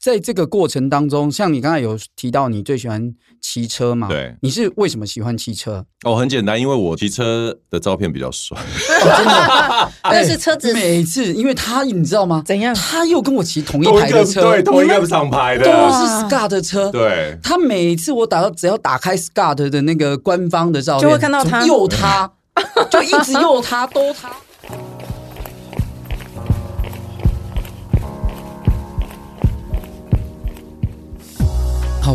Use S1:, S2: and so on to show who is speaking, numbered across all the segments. S1: 在这个过程当中，像你刚才有提到你最喜欢骑车嘛？
S2: 对，
S1: 你是为什么喜欢骑车？
S2: 哦，很简单，因为我骑车的照片比较帅。
S1: 哎
S3: 啊是车子
S1: 每次，因为他你知道吗？
S3: 怎样
S1: 他又跟我骑同一台啊的车，
S2: 对，同一
S1: 你
S2: 个
S1: 们
S2: 厂牌
S1: 都
S2: 的，
S1: 是 Scar 的车，
S2: 对，
S1: 他每次我打到只要打开 Scott 的那个官方的照片，
S3: 就会看到他
S1: 怎么又 他，就一直又他，都他。跑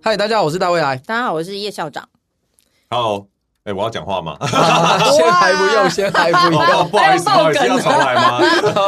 S1: 嗨，大家好，我是大未来。
S3: 大家好，我是叶校长。
S2: 好，哎，我要讲话吗？
S1: 啊 先还不用，先还不
S2: 哦，
S1: 用。
S2: 不好意思，不
S3: 还有
S2: 好意思，要
S3: 爆梗
S2: 重来吗？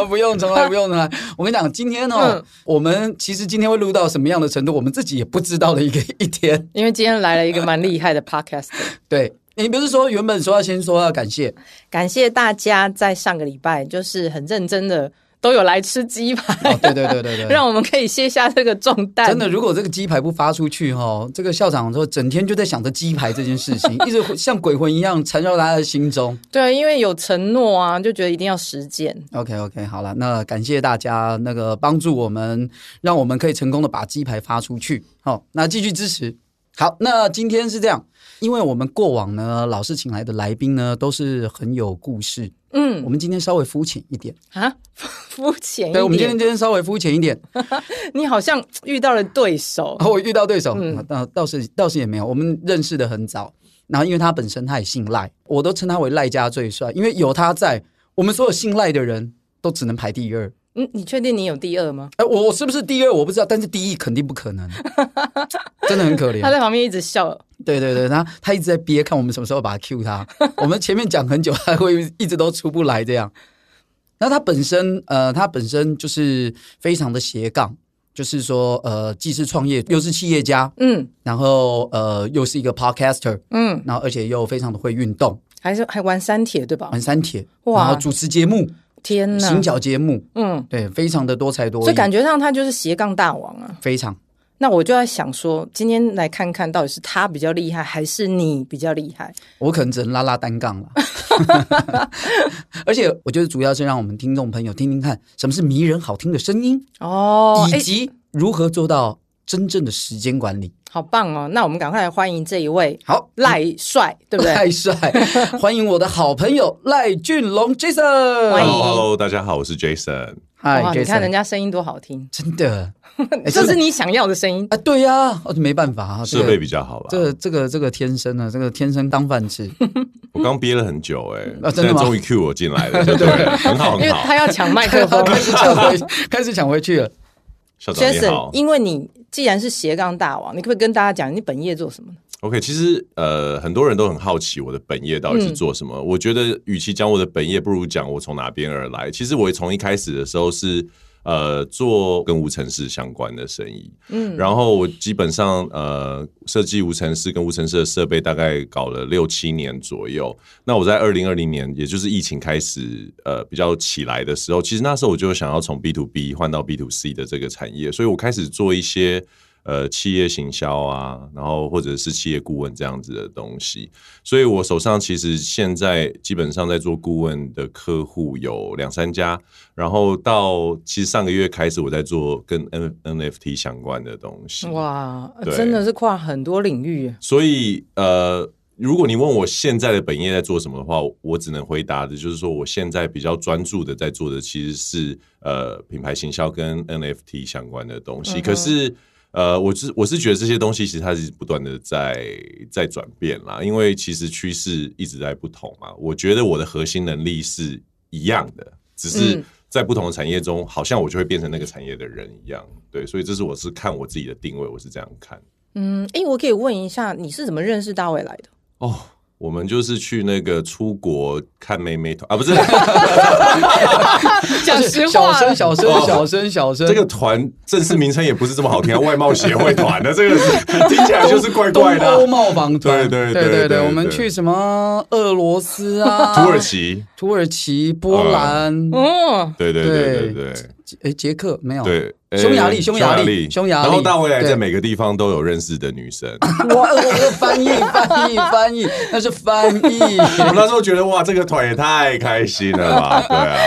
S1: 啊， 不用， 重来，不用，重来。我跟你讲，今天哦，
S3: 嗯
S1: 我们其实今天会录到什么样的程度，我们自己也不知道的一个一天。
S3: 因为今天来了一个蛮厉 害的 podcast，
S1: 对，你不是说原本说要先说要感 谢，
S3: 感谢大家在上个礼拜就是很认真的都有来吃鸡排，
S1: 哦、对对对对对，
S3: 让我们可以卸下这个重担。
S1: 真的，如果这个鸡排不发出去哈、哦，这个校长说整天就在想着鸡排这件事 情，一直像鬼魂一样缠绕在他的心中。
S3: 对，因为有承诺啊，就觉得一定要实践。
S1: OK OK，好了，那感谢大家那个帮助我们，让我们可以成功的把鸡排发出去。好、那继续支持。好，那今天是这样，因为我们过往呢，老师请来的来宾呢，都是很有故事。
S3: 嗯
S1: 我们今天稍微肤浅一点，
S3: 啊， 肤浅
S1: 对，我
S3: 一
S1: 们今
S3: 点
S1: 天，今天稍微肤浅一 点。哦
S3: 你好像遇到了对手
S1: 然。后我遇到对手，
S3: 嗯
S1: 啊倒倒是倒是也没有，我们认识的很早。然后因为他本身他也姓赖，我都称他为赖家最帅，因为有他在，我们所有姓赖的人都只能排第二。
S3: 嗯，你确定你有第二吗？
S1: 哎，我我是不是第二我不知道，但是第一肯定不可能，真的很可
S3: 他
S1: 怜。
S3: 在旁边一直笑。
S1: 对对对，他他一直在憋，看我们什么时候把他 Q 他。我们前面讲很久，他会一直都出不来这样。那他本身呃，他本身就是非常的斜杠，就是说呃，既是创业又是企业家，
S3: 嗯
S1: 然后呃又是一个 podcaster，
S3: 嗯，
S1: 然后而且又非常的会运动，
S3: 还是还玩三铁对吧
S1: 玩？三铁，
S3: 哇
S1: 然后主持节目、
S3: 天哪！
S1: 行脚节目，
S3: 嗯，
S1: 对，非常的多才多艺，
S3: 所以感觉上他就是斜杠大王啊。
S1: 非常。
S3: 那我就在想说，今天来看看到底是他比较厉害，还是你比较厉害？
S1: 我可能只能拉拉单杠了，而且我觉得主要是让我们听众朋友听听看什么是迷人好听的声音，
S3: 哦，
S1: 以
S3: 哎，
S1: 及如何做到真正的时间管理。
S3: 好棒哦！那我们赶快来欢迎这一位
S1: 好，
S3: 赖帅，对不对？
S1: 太帅，欢迎我的好朋友赖俊龙 Jason。
S3: 欢迎
S2: Hello，大家好，我是 Jason。
S1: 嗨
S3: 哇，你看人
S1: ，Jason，
S3: 家声音多好听，
S1: 真 的，哎
S3: 这是你想要的声音。
S1: 啊，对呀、哦没办法啊，这
S2: 设
S1: 个
S2: 备比较好啦。
S1: 这个这个这个天生啊，这个天生当饭吃。
S2: 我刚憋了很久哎、
S1: 啊真
S2: 现
S1: 的
S2: 在
S1: 吗
S2: 终于 Q 我进来了，对不对？很好
S3: 因为
S2: 很好
S3: 他，要抢麦克
S1: 。
S3: 风
S1: 开始抢回，开始抢回去了。
S2: 校长你
S3: Jason，
S2: 好。
S3: 因为你既然是斜杠大王，你可不可以跟大家讲你本业做什么呢？
S2: OK，其实呃，很多人都很好奇我的本业到底是做什么。我觉得，与其讲我的本业，不如讲我从哪边而来。其实我从一开始的时候是呃做跟无尘室相关的生意，嗯，然后我基本上呃设计无尘室跟无尘室的设备，大概搞了六七年左右。那我在二零二零年，也就是疫情开始呃比较起来的时候，其实那时候我就想要从 B to B 换到 B to C 的这个产业，所以我开始做一些。呃企业行销啊，然后或者是企业顾问这样子的东西。所以我手上其实现在基本上在做顾问的客户有两三家，然后到其实上个月开始我在做跟 N NFT 相关的东西。
S3: 哇，
S2: 对
S3: 真的是跨很多领域耶。
S2: 所以呃，如果你问我现在的本业在做什么的话，我只能回答的就是说，我现在比较专注的在做的其实是呃品牌行销跟 NFT 相关的东西。可是呃，我是我是觉得这些东西其实它是不断的在在转变啦，因为其实趋势一直在不同嘛。我觉得我的核心能力是一样的，只是
S3: 嗯。
S2: 在不同的产业中，好像我就会变成那个产业的人一样，对，所以这是我是看我自己的定位，我是这样看。
S3: 嗯，诶，我可以问一下，你是怎么认识大卫来的？
S2: 哦，我们就是去那个出国看妹妹团啊，不是
S3: 讲实
S1: 小
S3: 话，
S1: 声小声
S2: 哦
S1: 小声小声，
S2: 这个团正式名称也不是这么好听啊，外贸协会团啊的这 个是听起来就是怪
S1: 东
S2: 怪的
S1: 欧
S2: 啊。
S1: 贸防团，
S2: 对
S1: 对
S2: 对对
S1: 对，
S2: 对对
S1: 我们去什么俄罗斯啊、
S2: 土耳、其，
S1: 土耳其、波兰、
S3: 嗯，
S2: 对对
S1: 对
S2: 对对对对
S1: 诶捷克没有，
S2: 对，呃
S1: 匈牙利匈
S2: 匈
S1: 牙利
S2: 利，
S1: 匈牙利
S2: 然后到未来
S1: 对
S2: 在每个地方都有认识的 女生，
S1: 我我翻译 翻译翻译，那是翻译。
S2: 我们那时候觉得哇，这个团也太开心了 吧？对啊，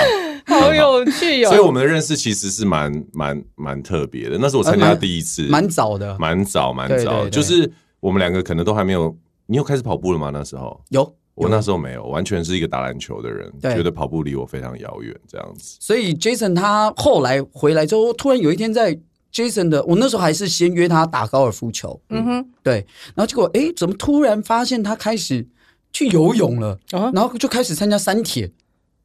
S3: 好有趣哦。
S2: 所以我们的认识其实是蛮蛮蛮特别的。那是我参加第一次，
S1: 呃蛮早的，
S2: 蛮早蛮
S1: 对
S2: 早
S1: 对对
S2: 的，就是我们两个可能都还没有。你有开始跑步了吗？那时候
S1: 有
S2: 我那时候没有，完全是一个打篮球的人，
S1: 对
S2: 觉得跑步离我非常遥远，这样子。
S1: 所以 Jason 他后来回来之后，突然有一天在 Jason 的，我那时候还是先约他打高尔夫球，
S3: 嗯哼，
S1: 对，然后结果诶，怎么突然发现他开始去游泳了，
S2: 啊
S3: 哦
S1: 然后就开始参加三铁。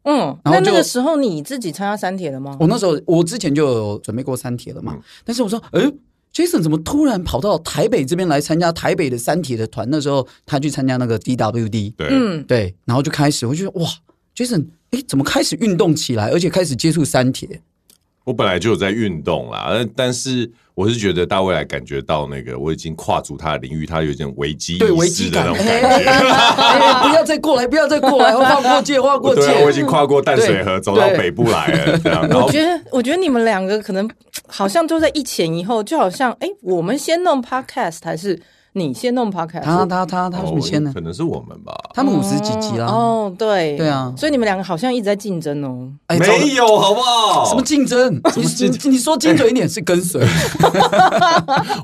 S3: 嗯，
S1: 然
S3: 那
S1: 后就
S3: 那个时候你自己参加三铁了吗？
S1: 我那时候我之前就有准备过三铁了
S2: 嗯
S1: 嘛，但是我说，诶 j a s o n 怎么突然跑到台北这边来参加台北的三铁的团？那时候他去参加那个 DWD，
S2: 对，
S3: 嗯，
S1: 对，然后就开始，我就觉得哇，Jason，哎，怎么开始运动起来，而且开始接触三铁？
S2: 我本来就有在运动啦，但但是我是觉得大未来感觉到那个我已经跨足他的领域，他有一点危机
S1: 对，
S2: 意
S1: 危
S2: 识
S1: 机
S2: 的
S1: 感，
S2: 那种
S1: 哎
S2: 感觉。
S1: 哎不要再过来，不要再过来，划过界，划过界
S2: 对 啊，我已经跨过淡水河，
S1: 对
S2: 走到
S1: 对
S2: 北部来了，这样。然后
S3: 我觉得，我觉得你们两个可能好像都在一前一后，就好像哎，诶我们先弄 podcast 还是你先弄 podcast？
S1: 他他他他什么签呢
S2: 哦？可能是我们吧。
S1: 他们五十几集啦，
S3: 哦，对，
S1: 对啊
S3: 所以你们两个好像一直在竞争哦。
S1: 哎，糟了
S2: 没有，好不好？
S1: 什么竞争？你你你说精准一点是跟
S2: 啊
S1: 随，。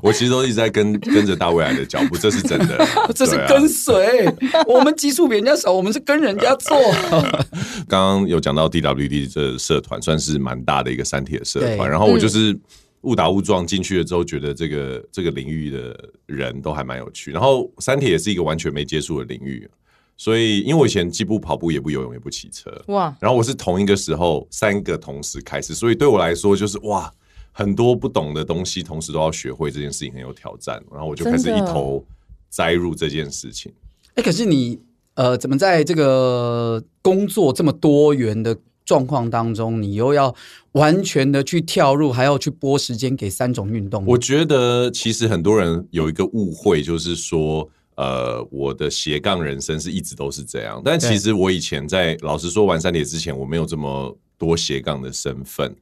S2: 我其实都一直在跟跟着大未来的脚步，这是真的
S1: 这是
S2: 对啊
S1: 跟随。我们集数比人家少，我们是跟人家做。
S2: 刚刚有讲到 DWD 这社团算是蛮大的一个三铁社
S1: 对
S2: 团，然后我
S3: 嗯
S2: 就是误打误撞进去了之后，觉得这个这个领域的人都还蛮有趣。然后三铁也是一个完全没接触的领域，所以因为我以前既不跑步，也不游泳，也不骑车，
S3: 哇，
S2: 然后我是同一个时候三个同时开始，所以对我来说就是哇，很多不懂的东西同时都要学会，这件事情很有挑战。然后我就开始
S3: 真的
S2: 一头栽入这件事情。
S1: 哎，可是你呃，怎么在这个工作这么多元的状况当中，你又要完全的去跳入，还要去拨时间给三种运动？
S2: 我觉得其实很多人有一个误会，就是说，呃，我的斜杠人生是一直都是这样。但
S1: 对
S2: 其实我以前在老实说玩三铁之前，我没有这么多斜杠的身份。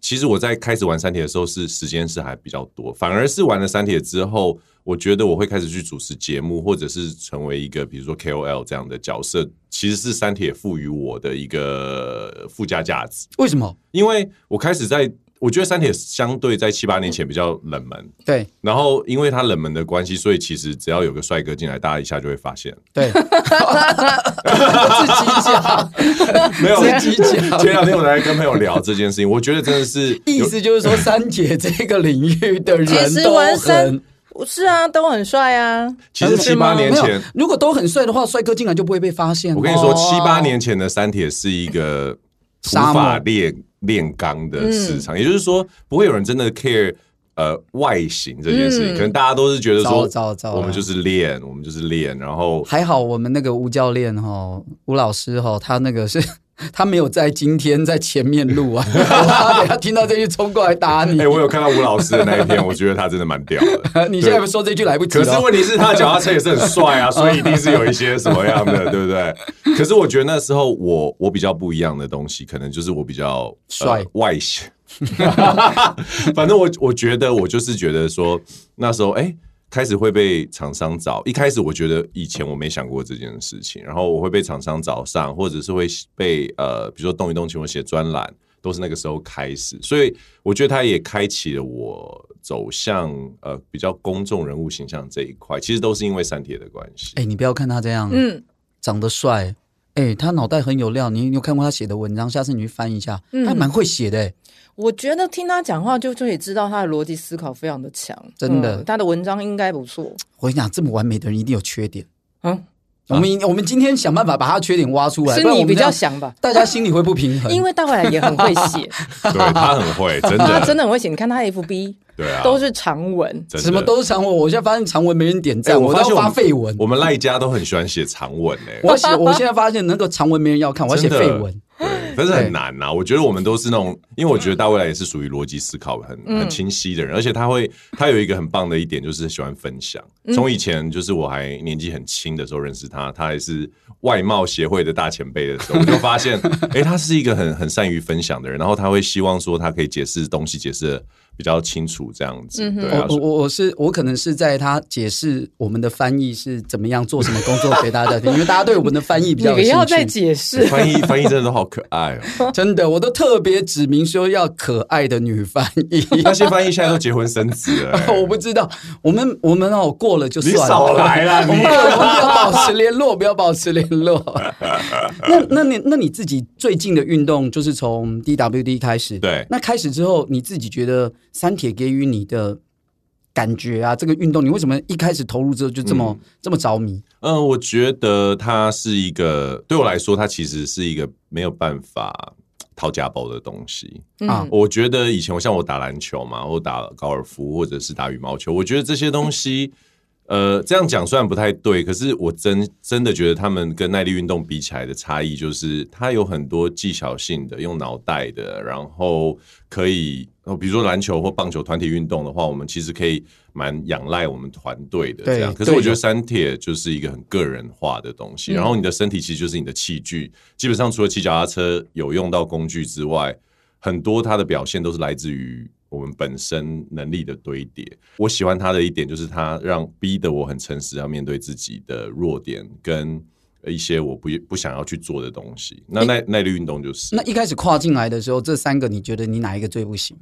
S2: 其实我在开始玩三铁的时候，是时间是还比较多，反而是玩了三铁之后，我觉得我会开始去主持节目，或者是成为一个比如说 KOL 这样的角色，其实是三铁赋予我的一个附加价值。
S1: 为什么？
S2: 因为我开始在，我觉得三铁相对在七八年前比较冷门，
S1: 对
S2: 然后因为它冷门的关系，所以其实只要有个帅哥进来，大家一下就会发现
S1: 对，自己讲，
S2: 没 有。
S1: 自己讲。
S2: 前两天我才跟朋友聊这件事情，我觉得真的是
S1: 意 思就是说，三姐这个领域的人
S3: 其实
S1: 都
S3: 玩
S1: 很
S3: 三，是啊，都很帅啊。
S2: 其实七八年
S1: 没有
S2: 前，。
S1: 如果都很帅的话，帅哥进来就不会被发现。
S2: 我跟你说，
S3: 哦
S2: 七八年前的三铁是一个土
S1: 沙漠
S2: 法炼炼钢的市场，也就是说，不会有人真的 care 呃外形这件事情，
S3: 嗯
S2: 可能大家都是觉得
S1: 糟
S2: 说
S1: 了糟了糟了
S2: 我们就是练，我们就是练，然后
S1: 还好我们那个吴教练哈，吴老师哈，他那个是他没有在今天在前面录啊， 他等下听到这句冲过来打你呃
S2: 哎、。我有看到吴老师的那一 篇，我觉得他真的蛮屌的。
S1: 你现在说这句来不及
S2: 可是
S1: 了。
S2: 问题是，他的脚踏车也是很 帅啊，所以一定是有一些什么样的，对不对？可是我觉得那时候我我比较不一样的东西，可能就是我比较呃
S1: 帅
S2: 外形。 反正我我觉得我就是觉得说那时候哎、开始会被厂商找，一开始我觉得以前我没想过这件事情，然后我会被厂商找上，或者是会被呃，比如说动一动请我写专栏，都是那个时候开始，所以我觉得它也开启了我走向呃比较公众人物形象这一块，其实都是因为三铁的关系。
S1: 哎、你不要看他这样，
S3: 嗯，
S1: 长得帅，哎、他脑袋很有料。你你有看过他写的文章？下次你去翻一下，
S3: 嗯
S1: 他蛮会写的、哎
S3: 我觉得听他讲话就就也知道他的逻辑思考非常的强，
S1: 真的
S3: 嗯他的文章应该不错。
S1: 我跟你讲，这么完美的人一定有缺点。
S3: 嗯，
S1: 我
S2: 啊
S1: 们我们今天想办法把他缺点挖出来，
S3: 是
S1: 不然我
S3: 你
S1: 们
S3: 比
S1: 这
S3: 较
S1: 样，
S3: 想吧？
S1: 大家心里会 不平衡。
S3: 因为大未来也很会写，
S2: 对他很会，真
S3: 他
S2: 的
S3: 真的很会写。你看他 FB，
S2: 对啊，
S3: 都是长文。
S2: 真的
S1: 什么都是长文，我现在发现长文没人点
S2: 哎
S1: 赞，
S2: 我
S1: 我
S2: 发
S1: 都
S2: 现
S1: 要
S2: 我
S1: 发
S2: 们
S1: 废文。
S2: 我们赖家都很喜欢写长文诶、
S1: 我写，我现在发现那个长文没人要看，啊我要写
S2: 真的
S1: 废文。
S2: 对，但是很难呐、啊我觉得我们都是那种，因为我觉得大未来也是属于逻辑思考很、很清晰的人，而且他会，他有一个很棒的一点就是喜欢分享。从以前就是我还年纪很轻的时候认识他，他还是外贸协会的大前辈的时候，我就发现，诶，他是一个很很善于分享的人，然后他会希望说他可以解释东西解释的比较清楚这样子。对啊
S1: 我，我我是我可能是在他解释我们的翻译是怎么样做什么工作给大家听，因为大家对我们的翻译比
S3: 你
S1: 较
S3: 不要
S1: 有
S3: 再
S1: 兴趣。
S3: 解释，
S2: 翻译翻译真的都好可爱哦、
S1: 真的，我都特别指明说要可爱的女翻 译。
S2: 那些翻译现在都结婚生子 了、哎
S1: 我不知道，我们我们哦过了就
S2: 你
S1: 算了，
S2: 少来啦！
S1: 我
S2: 你
S1: 们不要保持联络，不要保持联 络。那那你那你自己最近的运动就是从 DWD 开始，
S2: 对
S1: 那开始之后，你自己觉得三铁给予你的感觉啊，这个运动你为什么一开始投入之后就这么、这么着迷？
S2: 嗯，我觉得它是一个对我来说，它其实是一个没有办法掏家包的东西。
S1: 啊
S3: 嗯，
S2: 我觉得以前我像我打篮球嘛，我打高尔夫或者是打羽毛球，我觉得这些东西，呃，这样讲虽然不太对，可是我真真的觉得他们跟耐力运动比起来的差异，就是它有很多技巧性的，用脑袋的，然后可以，呃比如说篮球或棒球团体运动的话，我们其实可以蛮仰赖我们团队的这样。
S1: 对
S2: 可是我觉得
S1: 对
S2: 三铁就是一个很个人化的东西，然后你的身体其实就是你的器具，基本上除了骑脚踏车有用到工具之外，很多它的表现都是来自于我们本身能力的堆叠。我喜欢它的一点就是它让逼得我很诚实，要面对自己的弱点跟一些我不不想要去做的东西。那耐耐力运动就是
S1: 那一开始跨进来的时候，这三个你觉得你哪一个最不行？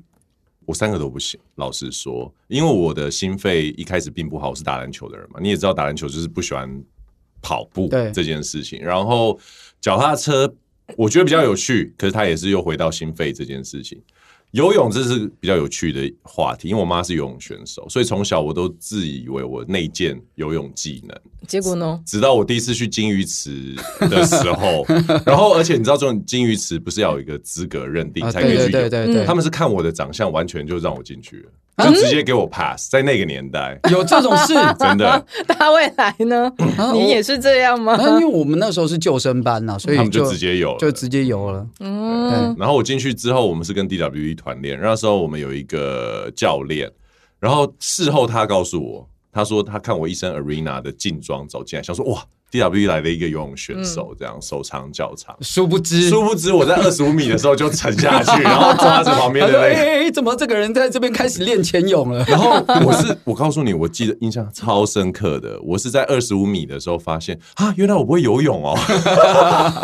S2: 我三个都不行，老实说，因为我的心肺一开始并不好，我是打篮球的人嘛，你也知道打篮球就是不喜欢跑步
S1: 对
S2: 这件事情，然后脚踏车我觉得比较有趣，可是它也是又回到心肺这件事情。游泳这是比较有趣的话题，因为我妈是游泳选手，所以从小我都自以为我内建游泳技能。
S3: 结果呢？
S2: 直到我第一次去金鱼池的时 候，然后而且你知道，这种金鱼池不是要有一个资格认定
S1: 啊，
S2: 才可以
S1: 对
S2: 去
S1: 对
S2: 游，
S1: 对对 对，
S2: 他们是看我的长相，完全就让我进去了，
S1: 嗯
S2: 就直接给我 pass。在那个年 代，
S1: 有这种 事。
S2: 真的，
S3: 大未来呢？
S1: 啊
S3: 你
S1: 我
S3: 也是这样吗？
S1: 啊因为我 们那时候是救生班呐、所以
S2: 嗯他们就直接有了
S1: 就直接游了。
S3: 嗯，
S2: 然后我进去之后，我们是跟 DWE 团练，那时候我们有一个教练，然后事后他告诉我，他说他看我一身 arena 的劲装走进来，想说哇，DWE 来了一个游泳选手，
S1: 嗯
S2: 这样手长脚长。
S1: 殊不知，
S2: 殊不知我在二十五米的时候就沉 下去，然后抓着旁边
S1: 他
S2: 的
S1: 说：“
S2: 那
S1: 哎、
S2: 个
S1: 哎哎怎么这个人在这边开始练潜泳了？”
S2: 然后我是，我告诉你，我记得印象超深刻的，我是在二十五米的时候发现啊，原来我不会游泳 哦，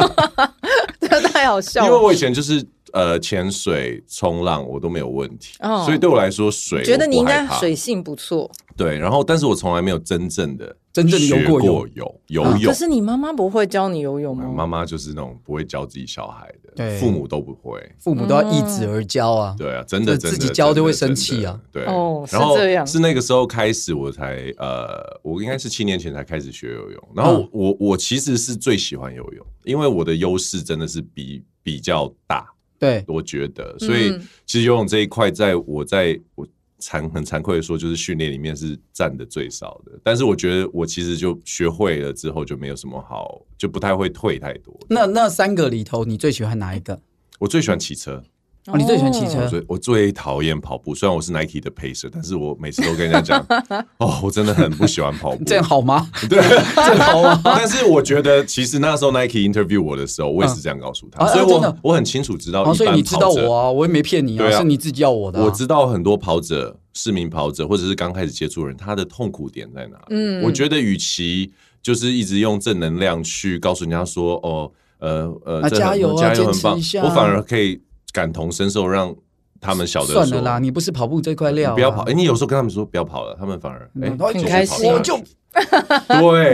S3: 这个太好笑
S2: 因为
S3: 了。
S2: 我以前就是呃潜水、冲浪我都没有问题，
S3: 哦
S2: 所以对我来说水
S3: 觉得你
S2: 我
S3: 应
S2: 不害
S3: 该
S2: 怕
S3: 水性不错，
S2: 对，然后但是我从来没有真正的
S1: 真正地游
S2: 学
S1: 过
S2: 过
S1: 泳
S2: 泳游
S3: 啊可
S2: 泳。
S3: 是你妈妈不会教你游泳吗？
S2: 妈妈就是那种不会教自己小孩的，
S1: 对
S2: 父母都不会。
S1: 父母都要依子而教啊。
S2: 对啊，真的，
S1: 这
S2: 真的
S1: 自己教就会
S2: 真
S1: 生
S2: 的
S1: 气啊
S2: 真的对，
S3: 哦
S2: 然后
S3: 是这样
S2: 是那个时候开始，我才呃，我应该是七年前才开始学游泳。然
S1: 嗯
S2: 后我、我其实是最喜欢游泳，因为我的优势真的是比比较大，
S1: 对，
S2: 我觉得。所以
S3: 嗯
S2: 其实游泳这一块，在我在我惭很惭愧的说，就是训练里面是占的最少的。但是我觉得我其实就学会了之后，就没有什么好，就不太会退太多。
S1: 那那三个里头，你最喜欢哪一个？
S2: 我最喜欢骑车。
S1: 哦，你最喜欢骑
S2: 我
S1: 车？
S2: 最我最讨厌跑步，虽然我是 Nike 的 pacer，但是我每次都跟人 家讲，哦，我真的很不喜欢跑步。
S1: 这样好吗？
S2: 对，这好 吗？但是我觉得，其实那时候 Nike interview 我的时候，我也是这样告诉他，
S1: 啊啊
S2: 所以我、
S1: 真的
S2: 我很清楚哦知道一
S1: 啊，
S2: 般跑者、
S1: 所以你知道我啊，我也没骗你啊，
S2: 对啊
S1: 是你自己要我的、啊。
S2: 我知道很多跑者、市民跑者，或者是刚开始接触的人，他的痛苦点在哪里？
S3: 嗯
S2: 我觉得与其就是一直用正能量去告诉人家说，哦，呃呃，
S1: 啊
S2: 这很
S1: 加油啊
S2: 加
S1: 坚
S2: 油
S1: 持
S2: 很棒
S1: 一下，啊
S2: 我反而可以感同身受，让他们晓得
S1: 算
S2: 说
S1: 了啦，你不是跑步这块料、啊，
S2: 不要跑。哎、你有时候跟他们说不要跑了，他们反而哎、
S1: 嗯
S2: 继续
S3: 很开心
S2: 跑
S1: 我
S2: 下去
S1: 就
S2: 对，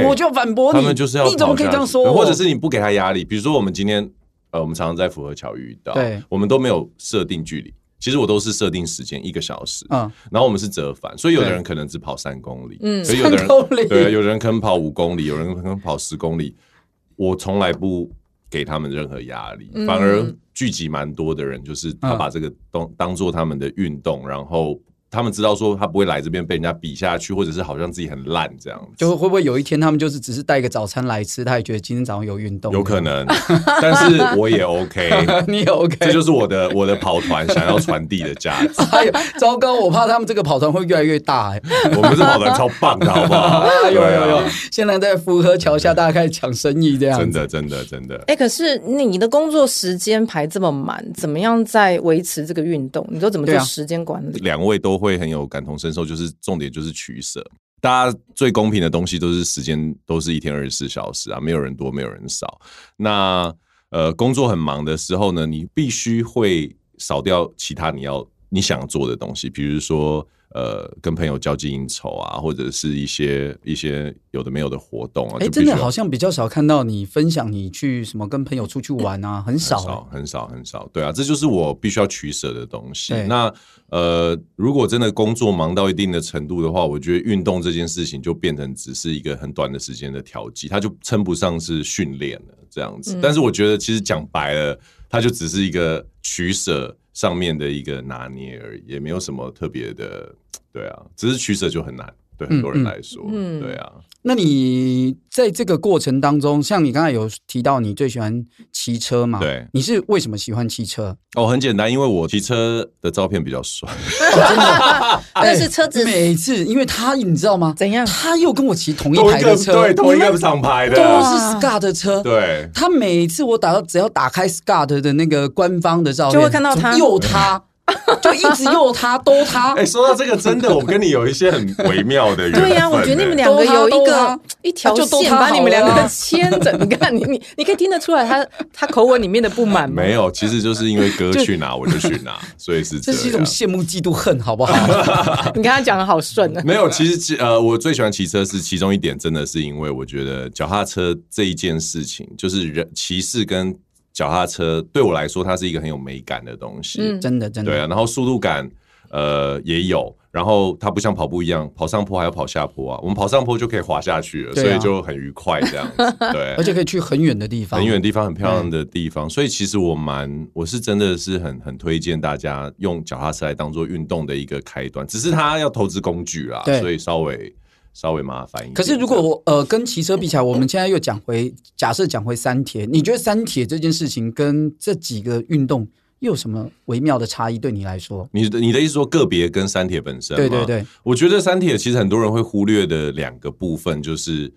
S1: 哎 我就反驳你，
S2: 他们就是要
S1: 你怎么可以这样说
S2: 跑
S1: 我？
S2: 下去或者是你不给他压力，比如说我们今天呃，我们常常在福和桥遇到，
S1: 对
S2: 我们都没有设定距离。其实我都是设定时间一个小时，
S1: 嗯，
S2: 然后我们是折返，所以有的
S1: 对
S2: 人可能只跑三公里，
S3: 嗯
S2: 所以有的人
S1: 三公里
S2: 对，有人可能跑五公里，有人可能跑十公里。我从来不给他们任何压力，
S3: 嗯
S2: 反
S1: 嗯
S2: 而聚集蛮多的人，就是他把这个当当做他们的运动，然后他们知道说他不会来这边被人家比下去，或者是好像自己很烂这样子。
S1: 就会不会有一天他们就是只是带个早餐来吃，他也觉得今天早上有运动？
S2: 有可能，但是我也 OK，
S1: 你也 OK，
S2: 这就是我的我的跑团想要传递的价值。
S1: 哎呦，糟糕！我怕他们这个跑团会越来越大、 哎，
S2: 我们这跑团超棒的，好不好？
S1: 啊， 有
S2: 对啊
S1: 有有，现在在福和桥下，大家开始抢生意这样
S2: 真
S1: 子。
S2: 的真的真的。
S3: 哎、可是你的工作时间排这么满，怎么样在维持这个运动？你都怎么做
S1: 对啊
S3: 时间管 理？
S2: 两位都会很有感同身受，就是重点就是取舍。大家最公平的东西都是时间，都是一天二十四小时啊，没有人多，没有人少。那呃，工作很忙的时候呢，你必须会少掉其他你要你想做的东西，比如说呃，跟朋友交际应酬啊，或者是一些一些有的没有的活动啊，
S1: 哎、
S2: 就必
S1: 真
S2: 须
S1: 的
S2: 要
S1: 好像比较少看到你分享你去什么跟朋友出去玩啊，很少、
S2: 很少很少很少，对啊，这就是我必须要取舍的东西
S1: 对。
S2: 那呃，如果真的工作忙到一定的程度的话，我觉得运动这件事情就变成只是一个很短的时间的调剂，它就称不上是训练了这样子。但是我觉得其实讲白了，它就只是一个取舍上面的一个拿捏而已，也没有什么特别的，对啊，只是取舍就很难。对很多人
S1: 嗯嗯
S2: 来说，
S3: 嗯
S2: 对啊，
S1: 那你在这个过程当中，像你刚才有提到你最喜欢骑车嘛？
S2: 对
S1: 你是为什么喜欢骑车？
S2: 哦，很简单，因为我骑车的照片比较帅。
S1: 哎
S3: 啊
S4: 但是车子
S1: 每次，因为他你知道吗？
S3: 怎样
S1: 他又跟我骑同一台的车，嗯
S2: 对，同一
S1: 你
S2: 个
S1: 们
S2: 厂牌的，
S1: 都
S3: 啊
S1: 是 Scar 的车，
S2: 对，
S1: 他每次我打到只要打开 Scott 的那个官方的照片，
S3: 就会看到他
S1: 怎么又 他，就一直又他，都他
S2: 哎、。说到这个，真的，我跟你有一些很微妙 的缘分、
S3: 对呀、我觉得你们两个
S1: 都他
S3: 有一
S1: 都
S3: 个
S1: 他
S3: 一条
S1: 就都
S3: 线
S1: 他
S3: 把你们两
S1: 好了
S3: 个
S1: 啊
S3: 牵着。你看，你你你可以听得出来他他口吻里面的不满吗？
S2: 没有，其实就是因为歌去哪我就去 哪，所以是这
S1: 这
S2: 样。
S1: 是一种羡慕、嫉妒、恨，好不 好？
S3: 你看他讲的好顺啊。
S2: 没有，其实骑呃，我最喜欢骑车是其中一点，真的是因为我觉得脚踏车这一件事情，就是人骑士跟脚踏车对我来说，它是一个很有美感的东西。
S3: 嗯
S1: 真的，真
S2: 对啊，
S1: 的，
S2: 然后速度感呃也有，然后它不像跑步一样，跑上坡还要跑下坡啊，我们跑上坡就可以滑下去了，
S1: 对啊
S2: 所以就很愉快这 样子。对
S1: 而，且可以去很远的地方，
S2: 很远的地方，很漂亮的地方，所以其实我蛮，我是真的是很很推荐大家用脚踏车来当做运动的一个开端，只是它要投资工具啦，
S1: 对
S2: 所以稍微稍微麻烦一点。
S1: 可是如果我呃跟骑车比起来，我们现在又讲回假设讲回三铁，你觉得三铁这件事情跟这几个运动又有什么微妙的差异？对你来说，
S2: 你的你的意思说个别跟三铁本身，
S1: 对对，对，
S2: 我觉得三铁其实很多人会忽略的两个部分，就是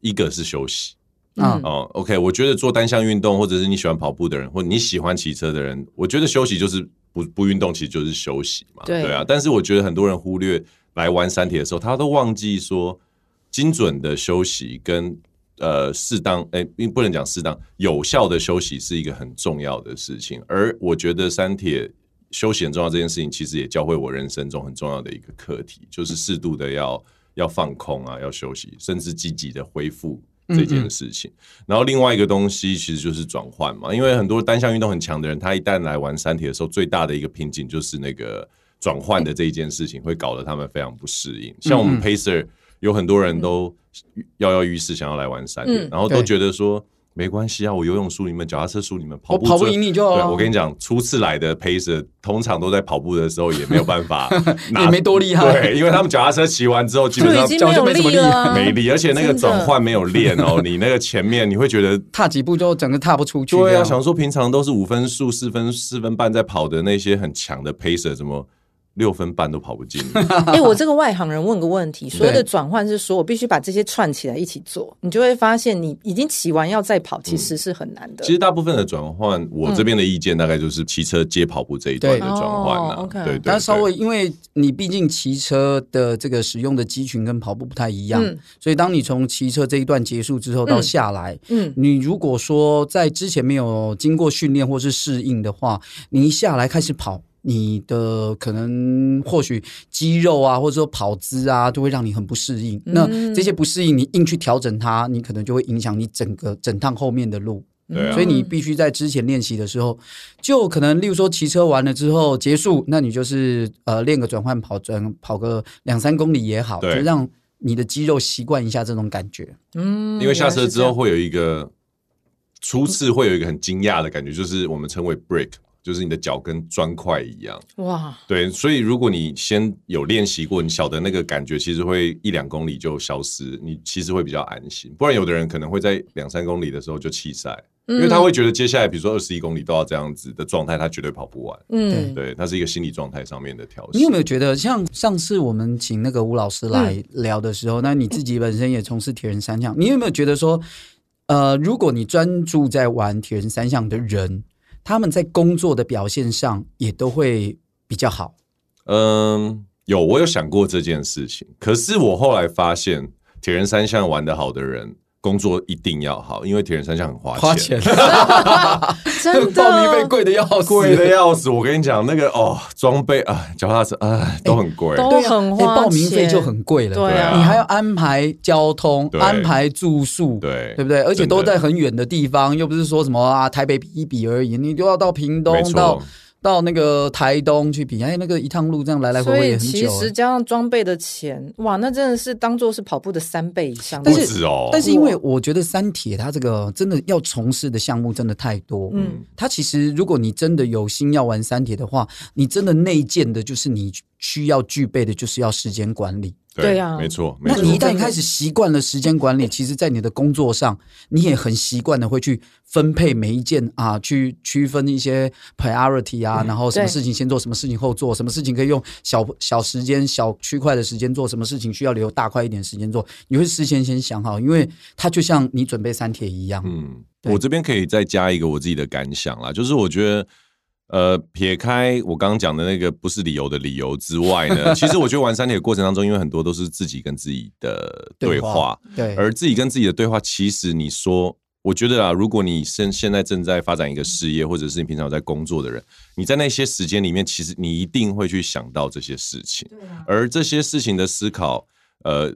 S2: 一个是休息，
S1: 啊
S3: 嗯
S2: 哦，OK，我觉得做单项运动，或者是你喜欢跑步的人，或者你喜欢骑车的人，我觉得休息就是不不运动，其实就是休息嘛，
S3: 对
S2: 啊。但是我觉得很多人忽略来玩山铁的时候，他都忘记说精准的休息跟呃适当，哎、不能讲适当，有效的休息是一个很重要的事情。而我觉得山铁休息很重要这件事情，其实也教会我人生中很重要的一个课题，就是适度的要要放空啊，要休息，甚至积极的恢复这
S3: 嗯
S2: 件事情。然后另外一个东西其实就是转换嘛，因为很多单项运动很强的人，他一旦来玩山铁的时候，最大的一个瓶颈就是那个转换的这一件事情，会搞得他们非常不适
S1: 嗯
S2: 应。像我们 Pacer 有很多人都跃跃欲试，想要来玩山铁，
S3: 嗯
S2: 然后都
S1: 对
S2: 觉得说。没关系啊，我游泳输你们，脚踏车输你们，跑
S1: 我
S2: 步
S1: 跑不
S2: 最
S1: 赢你就好
S2: 对。
S1: 了
S2: 我跟你讲，初次来的 pacer 通常都在跑步的时候也没有办 法拿，
S1: 也没多厉害
S2: 对，因为他们脚踏车骑完之后，基本
S3: 就
S2: 上
S3: 已经没有力了啊，
S2: 没力，而且那个
S3: 真的
S2: 转换没有练哦，你那个前面你会觉得。
S1: 踏几步就整个踏不出去这
S2: 对啊，
S1: 样。
S2: 想说平常都是五分数、四分、四分半在跑的那些很强的 pacer，怎么六分半都跑不进？
S3: 哎、我这个外行人问个问题，所谓的转换是说我必须把这些串起来一起做，你就会发现你已经骑完要再跑，其实是很难的。
S2: 其实大部分的转换，我这边的意见大概就是骑车接跑步这一段的转换
S3: 对哦
S2: 啊。
S3: ，OK
S2: 对对，
S1: 但稍
S2: 对
S1: 微，因为你毕竟骑车的这个使用的肌群跟跑步不太一样，
S3: 嗯
S1: 所以当你从骑车这一段结束之后到下来，
S3: 嗯，
S1: 你如果说在之前没有经过训练或是适应的话，你一下来开始跑，你的可能或许肌肉啊，或者说跑姿啊，就会让你很不适应。那这些不适应，你硬去调整它，你可能就会影响你整个整趟后面的路。
S3: 嗯
S2: 对啊
S1: 所以你必须在之前练习的时候，就可能例如说骑车完了之后结束，那你就是呃练个转换跑转跑个两三公里也好，就
S2: 对
S1: 让你的肌肉习惯一下这种感觉。
S3: 嗯
S2: 因为下车之后会有一个初次会有一个很惊讶的感觉，就是我们称为 break，就是你的脚跟砖块一样。
S3: 哇，
S2: 对，所以如果你先有练习过，你晓得那个感觉，其实会一两公里就消失，你其实会比较安心。不然有的人可能会在两三公里的时候就弃赛，
S3: 嗯
S1: 嗯
S2: 因为他会觉得接下来比如说二十一公里都要这样子的状态，他绝对跑不完。
S3: 嗯，
S2: 对，它是一个心理状态上面的调试。
S1: 你有没有觉得，像上次我们请那个吴老师
S3: 嗯
S1: 来聊的时候，那你自己本身也从事铁人三项，你有没有觉得说，呃，如果你专注在玩铁人三项的人，他们在工作的表现上也都会比较好？
S2: 嗯，有我有想过这件事情，可是我后来发现，铁人三项玩得好的人，工作一定要好，因为铁人三项很花
S1: 花钱，
S3: 真的
S1: 报名费贵的要死，
S2: 贵的要死。我跟你讲，那个哦，装备啊，脚踏车啊，都很贵。
S3: 都
S1: 对啊
S3: 哦很花
S1: 哎报名费
S3: 钱
S1: 就很贵了，
S3: 对
S2: 啊
S1: 你还要安排交通
S2: 对，
S1: 安排住宿，
S2: 对
S1: 对不对？而且都
S2: 真的
S1: 在很远的地方，又不是说什么啊台北比一比而已，你都要到屏
S2: 没
S1: 东
S2: 错
S1: 到到那个台东去比，哎，那个一趟路这样来来回
S3: 所
S1: 回
S3: 以
S1: 也很
S3: 其
S1: 久。
S3: 实
S1: 哎
S3: 加上装备的钱，哇，那真的是当做是跑步的三倍以上。
S1: 但
S2: 不
S1: 是
S2: 止哦，
S1: 但是因为我觉得三铁它这个真的要从事的项目真的太多，嗯，它其实如果你真的有心要玩三铁的话，你真的内建的就是你需要具备的就是要时间管理。
S3: 对啊
S2: 没错，没
S1: 那
S2: 错。
S1: 你一旦开始习惯了时间管理，其实，在你的工作上，你也很习惯的会去分配每一件啊，去区分一些 priority 啊，
S2: 嗯
S1: 然后什么
S3: 对
S1: 事情先做，什么事情后做，什么事情可以用小小时间、小区块的时间做，什么事情需要留大块一点时间做，你会事先先想好，因为它就像你准备三铁一样，
S2: 嗯，
S1: 对
S2: 我这边可以再加一个我自己的感想啦，就是我觉得，呃，撇开我刚刚讲的那个不是理由的理由之 外呢，其实我觉得玩三铁的过程当中，因为很多都是自己跟自己的对
S1: 对
S2: 话
S1: 话，对，
S2: 而自己跟自己的对话，其实你说，我觉得啊，如果你现现在正在发展一个事业，或者是你平常有在工作的人，你在那些时间里面，其实你一定会去想到这些事情，
S1: 啊
S2: 而这些事情的思考，呃。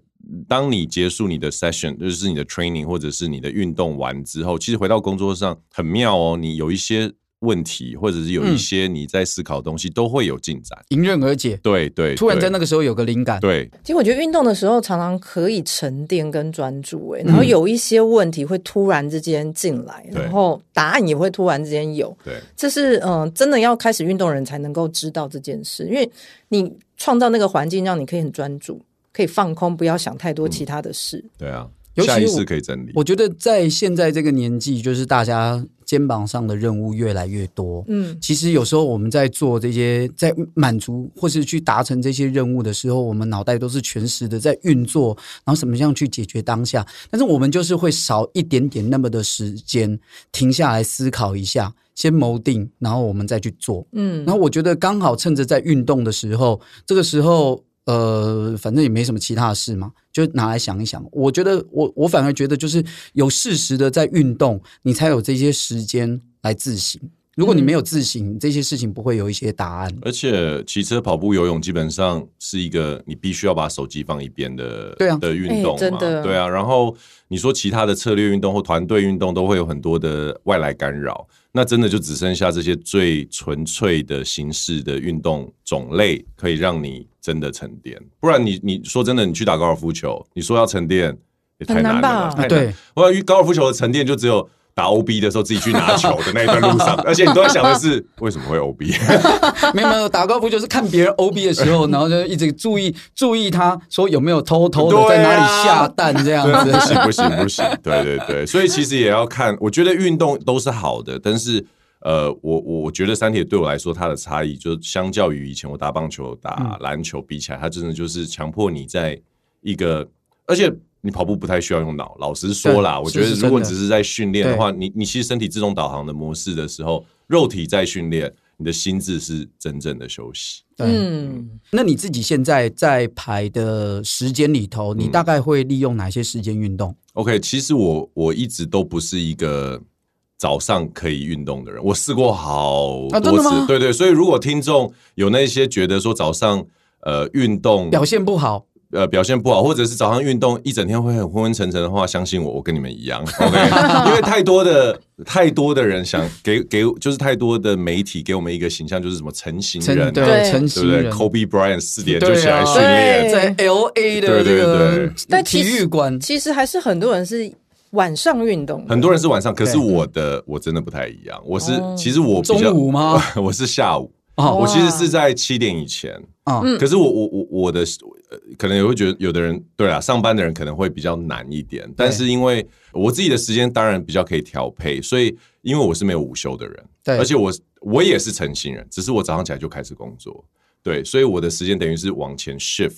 S2: 当你结束你的 session，就是你的 training 或者是你的运动完之后，其实回到工作上很妙哦。你有一些问题，或者是有一
S1: 嗯
S2: 些你在思考的东西，都会有进展。
S1: 迎刃而解。
S2: 对对，
S1: 突然在
S2: 对
S1: 那个时候有个灵感，
S2: 对
S3: 其实我觉得运动的时候常常可以沉淀跟专注、
S1: 嗯
S3: 欸，然后有一些问题会突然之间进来，
S2: 对
S3: 然后答案也会突然之间有，
S2: 对，
S3: 这是嗯、呃真的要开始运动人才能够知道这件事，因为你创造那个环境，让你可以很专注，可以放空，不要想太
S1: 嗯
S3: 多其他的事。
S2: 对啊，
S1: 尤其
S2: 下意
S1: 我
S2: 识可以整理。
S1: 我觉得在现在这个年纪，就是大家肩膀上的任务越来越多。
S3: 嗯，
S1: 其实有时候我们在做这些，在满足或是去达成这些任务的时候，我们脑袋都是全时的在运作，然后怎么样去解决当下。但是我们就是会少一点点那么的时间，停下来思考一下，先谋定，然后我们再去做。
S3: 嗯，
S1: 然后我觉得刚好趁着在运动的时候，这个时候呃，反正也没什么其他的事嘛，就拿来想一想。我觉得我我反而觉得就是有适时的在运动，你才有这些时间来自省。如果你没有自省，这些事情不会有一些答案。
S2: 而且骑车、跑步、游泳基本上是一个你必须要把手机放一边的
S1: 对啊
S2: 的运动嘛、
S3: 哎真的
S2: 对啊。然后你说其他的策略运动或团队运动都会有很多的外来干扰，那真的就只剩下这些最纯粹的形式的运动种类可以让你真的沉淀。不然你你说真的，你去打高尔夫球，你说要沉淀也太
S3: 很难
S2: 难了啦，
S3: 吧
S2: 太难
S1: 啊对，
S2: 我要高尔夫球的沉淀就只有打 OB 的时候自己去拿球的那一段路 上，而且你都在想的是为什么会 OB。
S1: 没有没有，打高尔夫就是看别人 OB 的时候，然后就一直注意注意他说有没有偷偷的在哪里下蛋这样
S2: 对啊
S1: 子
S2: 不。行不行不行，对对对，所以其实也要看，我觉得运动都是好的，但是呃，我我我觉得三铁对我来说它的差异，就相较于以前我打棒球、
S1: 嗯
S2: 打篮球比起来，它真的就是强迫你在一个，而且你跑步不太需要用脑。老实说啦，
S1: 对
S2: 我觉得
S1: 是是
S2: 如果
S1: 真的
S2: 只是在训练的话，你你其实身体自动导航的模式的时候，肉体在训练，你的心智是真正的休息。
S1: 对，
S3: 嗯，
S1: 那你自己现在在排的时间里头，你大概会利用哪些时间运动？
S2: OK，其实我我一直都不是一个早上可以运动的人，我试过好
S1: 啊真
S2: 多
S1: 的
S2: 次，
S1: 吗
S2: 对对，所以如果听众有那些觉得说早上呃运动
S1: 表现不好，
S2: 呃表现不好，或者是早上运动一整天会很昏昏沉沉的话，相信我，我跟你们一样 ，OK，因为太多的太多的人想给给就是太多的媒体给我们一个形象，就是什么成型
S1: 真
S2: 人、啊，
S1: 的
S3: 对
S1: 成
S2: 对
S1: 型
S2: 不对
S1: 人。
S2: ？Kobe Bryant 四点就
S1: 对啊
S2: 起来训练，
S3: 对
S1: 在 L A 的
S2: 对
S1: 这
S2: 对对
S1: 个
S3: 但
S1: 体
S3: 其实
S1: 育馆，
S3: 其实还是很多人是晚上运动的，
S2: 很多人是晚上，可是我的我真的不太一样，我是其实我比较
S1: 哦中午吗？
S2: 我是下午，
S1: 哦
S2: 我其实是在七点以前，
S1: 啊，
S2: 可是我我我我的呃可能也会觉得有的人对啦，上班的人可能会比较难一点，但是因为我自己的时间当然比较可以调配，所以因为我是没有午休的人，
S1: 对
S2: 而且我我也是成型人，只是我早上起来就开始工作，对，所以我的时间等于是往前 shift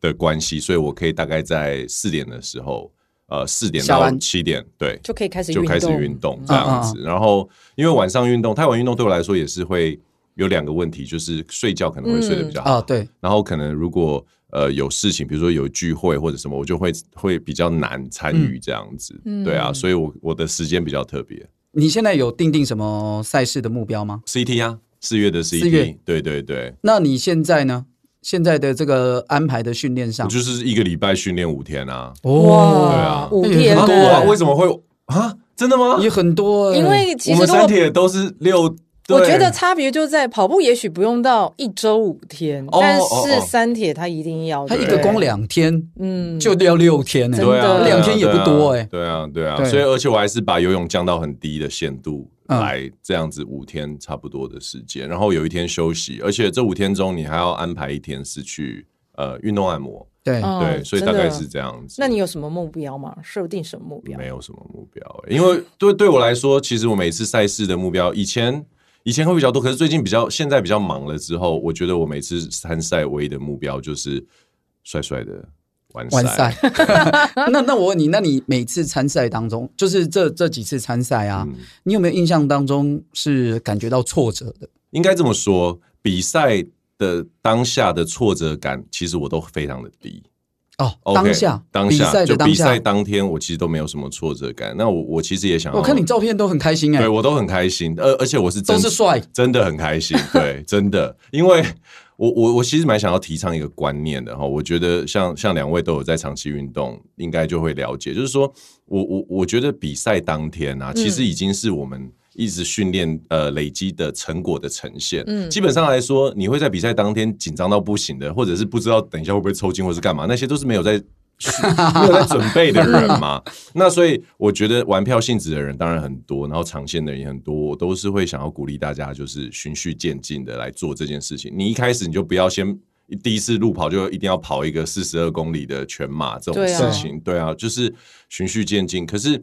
S2: 的关系，所以我可以大概在四点的时候，呃，四点
S1: 下
S2: 到
S1: 班
S2: 七点，对，
S3: 就可以开始
S2: 就
S3: 运
S2: 开始
S3: 动嗯
S2: 运动这样子。然后因为晚上运动，太晚运动对我来说也是会有两个问题，就是睡觉可能会睡得比
S3: 嗯
S2: 较好，
S3: 哦
S1: 啊，对，
S2: 然后可能如果呃有事情，比如说有聚会或者什么，我就会会比较难参与这样子。
S3: 嗯
S2: 对啊，所以我我的时间比较特别。
S1: 你现在有定定什么赛事的目标吗？
S2: CT 啊，四月的
S1: 四月
S2: CT，对对对，
S1: 那你现在呢？现在的这个安排的训练
S2: 我
S1: 上，
S2: 就是一个礼拜训练五天啊，
S1: 哇，
S2: 啊
S3: 五
S1: 那也
S3: 天
S1: 哦很多
S2: 很多
S1: 啊
S2: 啊，
S1: 对
S2: 为什么会啊？真的吗？
S1: 也很多欸，
S3: 因为其
S2: 我
S3: 实
S2: 们
S3: 如
S2: 三
S3: 果
S2: 铁都是六。
S3: 我
S2: 对
S3: 觉得差别就在跑步，也许不用到一周五天，
S2: 哦
S3: 但
S2: 哦
S3: 是
S2: 哦
S3: 三铁它一定要，
S1: 他一
S3: 对
S1: 个公两天
S3: 嗯，
S1: 就要六天呢，欸
S3: 真
S2: 对啊，
S3: 的
S2: 对啊
S1: 两天也不多欸
S2: 对啊，对啊，
S1: 对
S2: 所以而且我还是把游泳降到很低的限度
S1: 嗯
S2: 来这样子五天差不多的时间，然后有一天休息，而且这五天中你还要安排一天是去呃运动按摩，
S1: 对，
S3: 哦
S2: 对，所以
S3: 真
S2: 大
S3: 的
S2: 概是这样子。
S3: 那你有什么目标吗？设定什么目标
S2: 没？有什么目标欸、因为对对我来说，其实我每次赛事的目标，以前以前会比较多，可是最近比较现在比较忙了之后，我觉得我每次参赛唯一的目标就是帅帅的 完
S1: 完赛。 那那我问你，那你每次参赛当中，就是这这几次参赛啊，
S2: 嗯
S1: 你有没有印象当中是感觉到挫折的？
S2: 应该这么说，比赛的当下的挫折感，其实我都非常的低。
S1: 哦
S2: OK，
S1: 当下
S2: 当
S1: 比
S2: 下
S1: 赛的
S2: 就
S1: 当
S2: 比赛
S1: 下，
S2: 当天，我其实都没有什么挫折感。那我我其实也想要，
S1: 我看你照片都很开心哎
S2: 哦对，我都很开心，而而且我是真
S1: 都是帅
S2: 真的很 开心，对，真的，因为我我我其实蛮想要提倡一个观念的哈，我觉得像像两位都有在长期运动，应该就会了解，就是说我我我觉得比赛当天
S1: 嗯
S2: 啊，其实已经是我们。一直训练呃累积的成果的呈现，嗯，基本上来说，你会在比赛当天紧张到不行的，或者是不知道等一下会不会抽筋或是干嘛，那些都是 没有在没有在准备的人嘛。那所以我觉得玩票性质的人当然很多，然后长线的人也很多，我都是会想要鼓励大家，就是循序渐进的来做这件事情。你一开始你就不要先第一次路跑就一定要跑一个四十二公里的全马这种
S3: 对啊
S2: 事情，对啊，就是循序渐进。可是。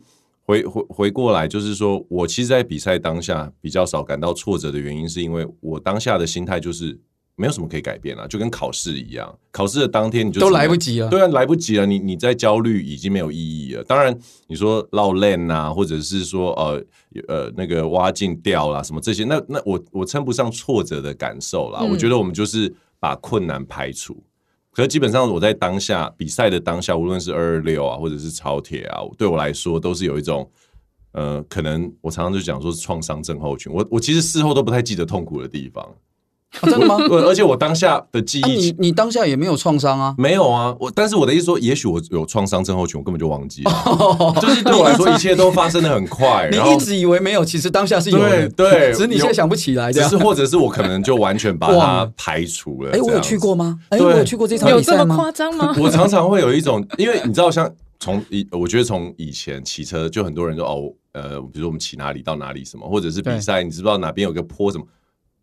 S2: 回回回过来，就是说我其实，在比赛当下比较少感到挫折的原因，是因为我当下的心态就是没有什么可以改变了、啊就跟考试一样，考试的当天你就
S1: 都
S2: 只能
S1: 来不及了。
S2: 对啊，来不及了，你你在焦虑已经没有意义了。当然，你说绕链呐，或者是说呃呃那个挖镜掉啦，什么这些，那那我我称不上挫折的感受啦。
S3: 嗯
S2: 我觉得我们就是把困难排除。可是基本上我在当下比赛的当下，无论是二二六啊，或者是超铁啊，对我来说都是有一种。呃，可能我常常就讲说是创伤症候群，我我其实事后都不太记得痛苦的地方，
S1: 啊 真的吗？
S2: 对，而且我当下的记忆
S1: 啊，
S2: 其
S1: 你你当下也没有创伤啊？
S2: 没有啊，我但是我的意思说，也许我有创伤症候群，我根本就忘记 了，就是对我来说，一切都发生的很快，
S1: 你
S2: 然后
S1: 一直以为没有，其实当下是有的，
S2: 对 对，
S1: 只是你现在
S2: 有
S1: 想不起来这
S2: 只
S1: 样
S2: 是。或者是我可能就完全把
S1: 忘
S2: 它
S1: 了
S2: 排除了。
S1: 哎，我
S2: 这
S1: 有
S2: 样
S1: 去过吗？哎，
S2: 对
S1: 我有去过这场
S3: 有
S1: 比
S3: 这
S1: 赛
S3: 么
S1: 吗？
S3: 夸张 吗？
S2: 我常常会有一种，因为你知道，像从以我觉得从以前骑车，就很多人说哦，呃，比如说我们骑哪里到哪里什么，或者是
S1: 对
S2: 比赛，你知不知道哪边有个坡什么，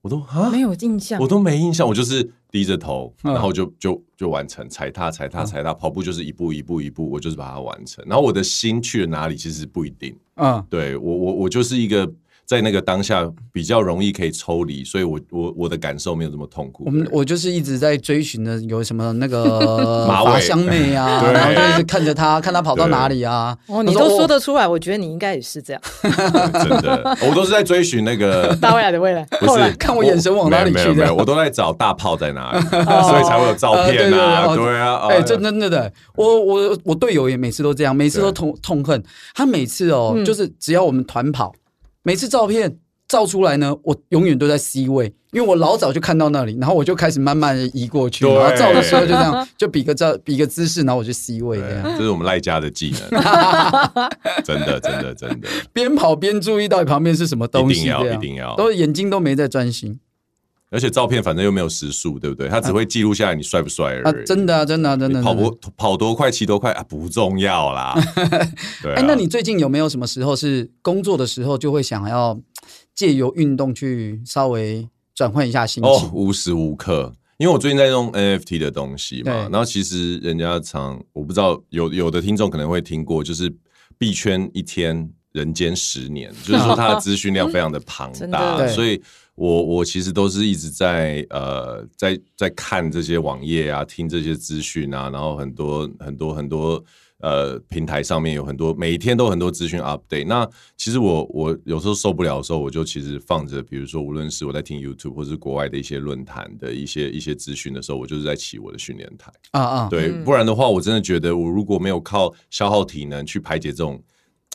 S2: 我都啊
S3: 没有印象
S2: 我，都没印象，我就是低着头，
S1: 嗯
S2: 然后就就就完成，踩踏踩踏踩踏，跑步就是一步一步一步，我就是把它完成。然后我的心去了哪里，其实不一定。
S1: 嗯，
S2: 对我我我就是一个在那个当下比较容易可以抽离，所以我我我的感受没有这么痛苦。
S1: 我们我就是一直在追寻的，有什么那个
S2: 马尾
S1: 法香妹啊，
S2: 对
S1: 然后就一直看着她，看她跑到哪里啊。
S3: 哦，你都说得出来，我觉得你应该也是 这样。
S2: 对真的，我都是在追寻 那个。
S3: 大未来的未来，
S2: 不
S3: 后来
S2: 是，
S1: 看我眼神往哪里去
S2: 没有没有没
S1: 这样
S2: 有，我都在找大炮在哪里，所以才会有照片啊，
S1: 哦对对对哦
S2: 对啊，
S1: 哎、
S2: 哦
S1: 真真的的，我我我队友也每次都这样，每次都
S2: 对
S1: 痛痛恨他。每次哦，就是只要我们团跑，每次照片照出来呢，我永远都在 C 位，因为我老早就看到那里，然后我就开始慢慢地移过去，
S2: 对
S1: 然后照的时候就这样，就比个照比个姿势，然后我就 C 位这样，
S2: 对，这是我们赖家的技能，真的真的真的，
S1: 边跑边注意到底旁边是什么东
S2: 一
S1: 西，
S2: 定要
S1: 这样
S2: 一定要
S1: 都眼睛都没在专心。
S2: 而且照片反正又没有时速，对不对？它只会记录下来你帅不帅
S1: 啊
S2: 而已。，
S1: 真的啊，真的啊，真的。
S2: 你跑
S1: 真的
S2: 不跑多快，骑多快啊，不重 要啦。对啊
S1: 哎，那你最近有没有什么时候是工作的时候就会想要借由运动去稍微转换一下心
S2: 哦
S1: 情，？
S2: 无时无刻，因为我最近在用 NFT 的东西嘛
S1: 对，
S2: 然后其实人家常我不知道有有的听众可能会听过，就是币圈一天。人间十年，就是说它的资讯
S1: 嗯
S2: 量非常的庞
S3: 真的
S2: 大，
S1: 对
S2: 所以我我其实都是一直在呃在在看这些网页啊，听这些资讯啊，然后很多很多很多呃平台上面有很多每天都有很多资讯 update。那其实我我有时候受不了的时候，我就其实放着，比如说无论是我在听 YouTube 或是国外的一些论坛的一些一些资讯的时候，我就是在骑我的训练台。
S1: 啊啊，
S2: 对，不然的话，我真的觉得我如果没有靠消耗体能去排解这种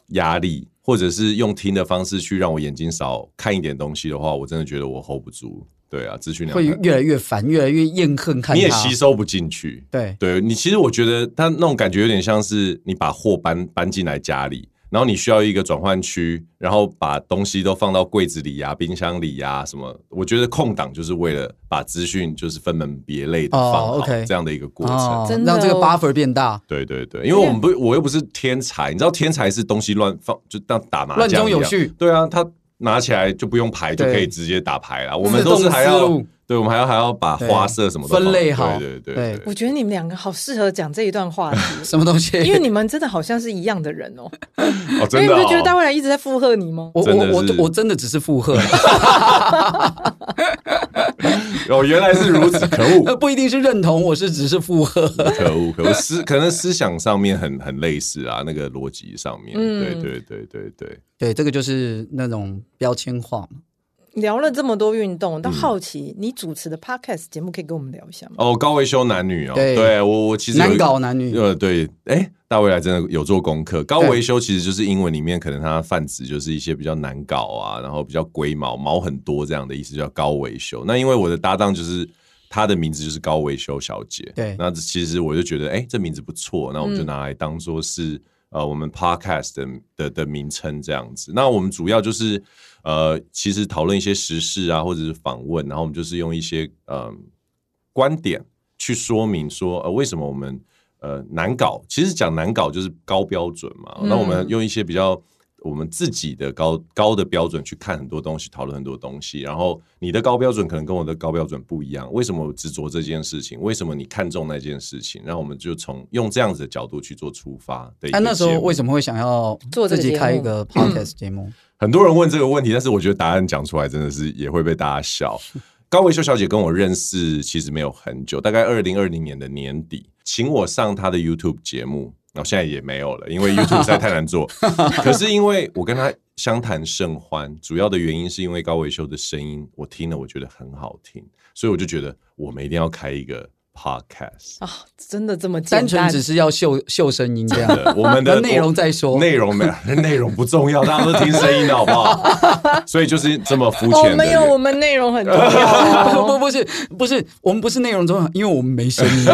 S2: 压力，或者是用听的方式去让我眼睛少看一点东西的话，我真的觉得我 hold 不住。对啊，资讯量
S1: 会
S2: 太
S1: 越来越烦，越来越厌恨看
S2: 你也
S1: 它
S2: 吸收不进去。
S1: 对
S2: 对你，其实我觉得它那种感觉有点像是你把货搬搬进来家里，然后你需要一个转换区，然后把东西都放到柜子里呀、冰箱里呀、什么。我觉得空档就是为了把资讯就是分门别类的
S1: 哦
S2: 放好、
S1: OK
S2: 这样的一个过程。
S1: 哦
S3: 真，的
S1: 让这个
S3: 哦
S1: buffer 变大，
S2: 对对对，因为我们不，我又不是天才，你知道天才是东西乱放，就当打麻将
S1: 乱中
S2: 一样
S1: 有序
S2: 对啊，他拿起来就不用牌就
S1: 对
S2: 可以直接打牌了。我们都是还
S1: 自
S2: 要
S1: 动思路，
S2: 对，我们还要还要把花色什么都
S1: 对分类
S2: 放
S1: 好
S2: 对对
S1: 对，
S2: 对对
S3: 我觉得你们两个好适合讲这一段话题
S1: 什么东西？
S3: 因为你们真的好像是一样的人哦。
S2: 哦，
S3: 所
S2: 真
S3: 以你
S2: 的
S3: 不
S2: 哦
S3: 觉得大未来一直在附和你吗？
S1: 我
S2: 真
S1: 我
S2: 的
S1: 我
S2: 是
S1: 我真的只是附 和，
S2: 哦，原来是如此，可恶，
S1: 不一定是认同，我是只是附和。
S2: 可恶，可恶，思可能思想上面很很类似啊，那个逻辑上面，对
S3: 嗯
S2: 对对对对，
S1: 对，这个就是那种标签化嘛。
S3: 聊了这么多运动，但好奇、你主持的 podcast 节目可以跟我们聊一下吗？
S2: 哦，高维修男女哦，
S1: 对
S2: 对我我其实有一
S1: 难搞男女
S2: 呃，对，哎，大未来真的有做功课。高维修其实就是英文里面可能它泛指就是一些比较难搞啊，然后比较龟毛、毛很多这样的意思，叫高维修。那因为我的搭档就是她的名字就是高维修小姐，
S1: 对
S2: 那这其实我就觉得，哎，这名字不错，那我们就拿来当做是、呃我们 podcast 的的的名称这样子。那我们主要就是呃，其实讨论一些时事啊，或者是访问，然后我们就是用一些呃观点去说明说呃为什么我们呃难搞。其实讲难搞就是高标准嘛，
S3: 嗯
S2: 那我们用一些比较。我们自己的高高的标准去看很多东西，讨论很多东西。然后你的高标准可能跟我的高标准不一样，为什么我执着这件事情？为什么你看重那件事情？然后我们就从用这样子的角度去做出发的一个节目。
S1: 哎、那时候为什么会想要
S3: 做这
S1: 自
S3: 个
S1: 己
S3: 节
S1: 开一
S3: 目嗯
S1: 个 podcast 节目？
S2: 很多人问这个问题，但是我觉得答案讲出来真的是也会被大家笑。高维修小姐跟我认识其实没有很久，大概二零二零年的年底，请我上她的 YouTube 节目，然后现在也没有了，因为 YouTube 实在太难做。可是因为我跟她相谈甚欢，主要的原因是因为高维修的声音，我听了我觉得很好听，所以我就觉得我们一定要开一个 Podcast。
S3: 啊，真的这么简
S1: 单
S3: 单？
S1: 纯只是要秀秀声音这样。
S2: 的我们的
S1: 那内容再说
S2: 内容没有内容不重要，大家都听声音的好不好？所以就是这么肤
S3: 哦，
S2: 浅的
S3: 没
S2: 原
S3: 有，
S2: 因。
S3: 我们内容很重 要。
S1: 不不 不是不是，我们不是内容重要，因为我们没声 音，所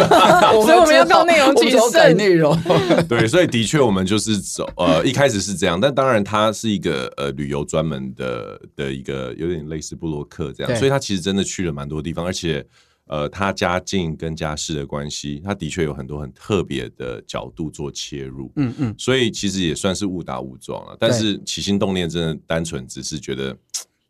S3: 所以我们要靠内容取胜
S1: 改内容。
S2: 对，所以的确我们就是走呃，一开始是这样，但当然它是一个呃旅游专门的的一个有点类似布洛克这样，
S1: 对
S2: 所以他其实真的去了蛮多地方，而且呃他家境跟家世的关系，他的确有很多很特别的角度做切入，
S1: 嗯嗯，
S2: 所以其实也算是误打误撞了。但是起心动念真的单纯只是觉得嘖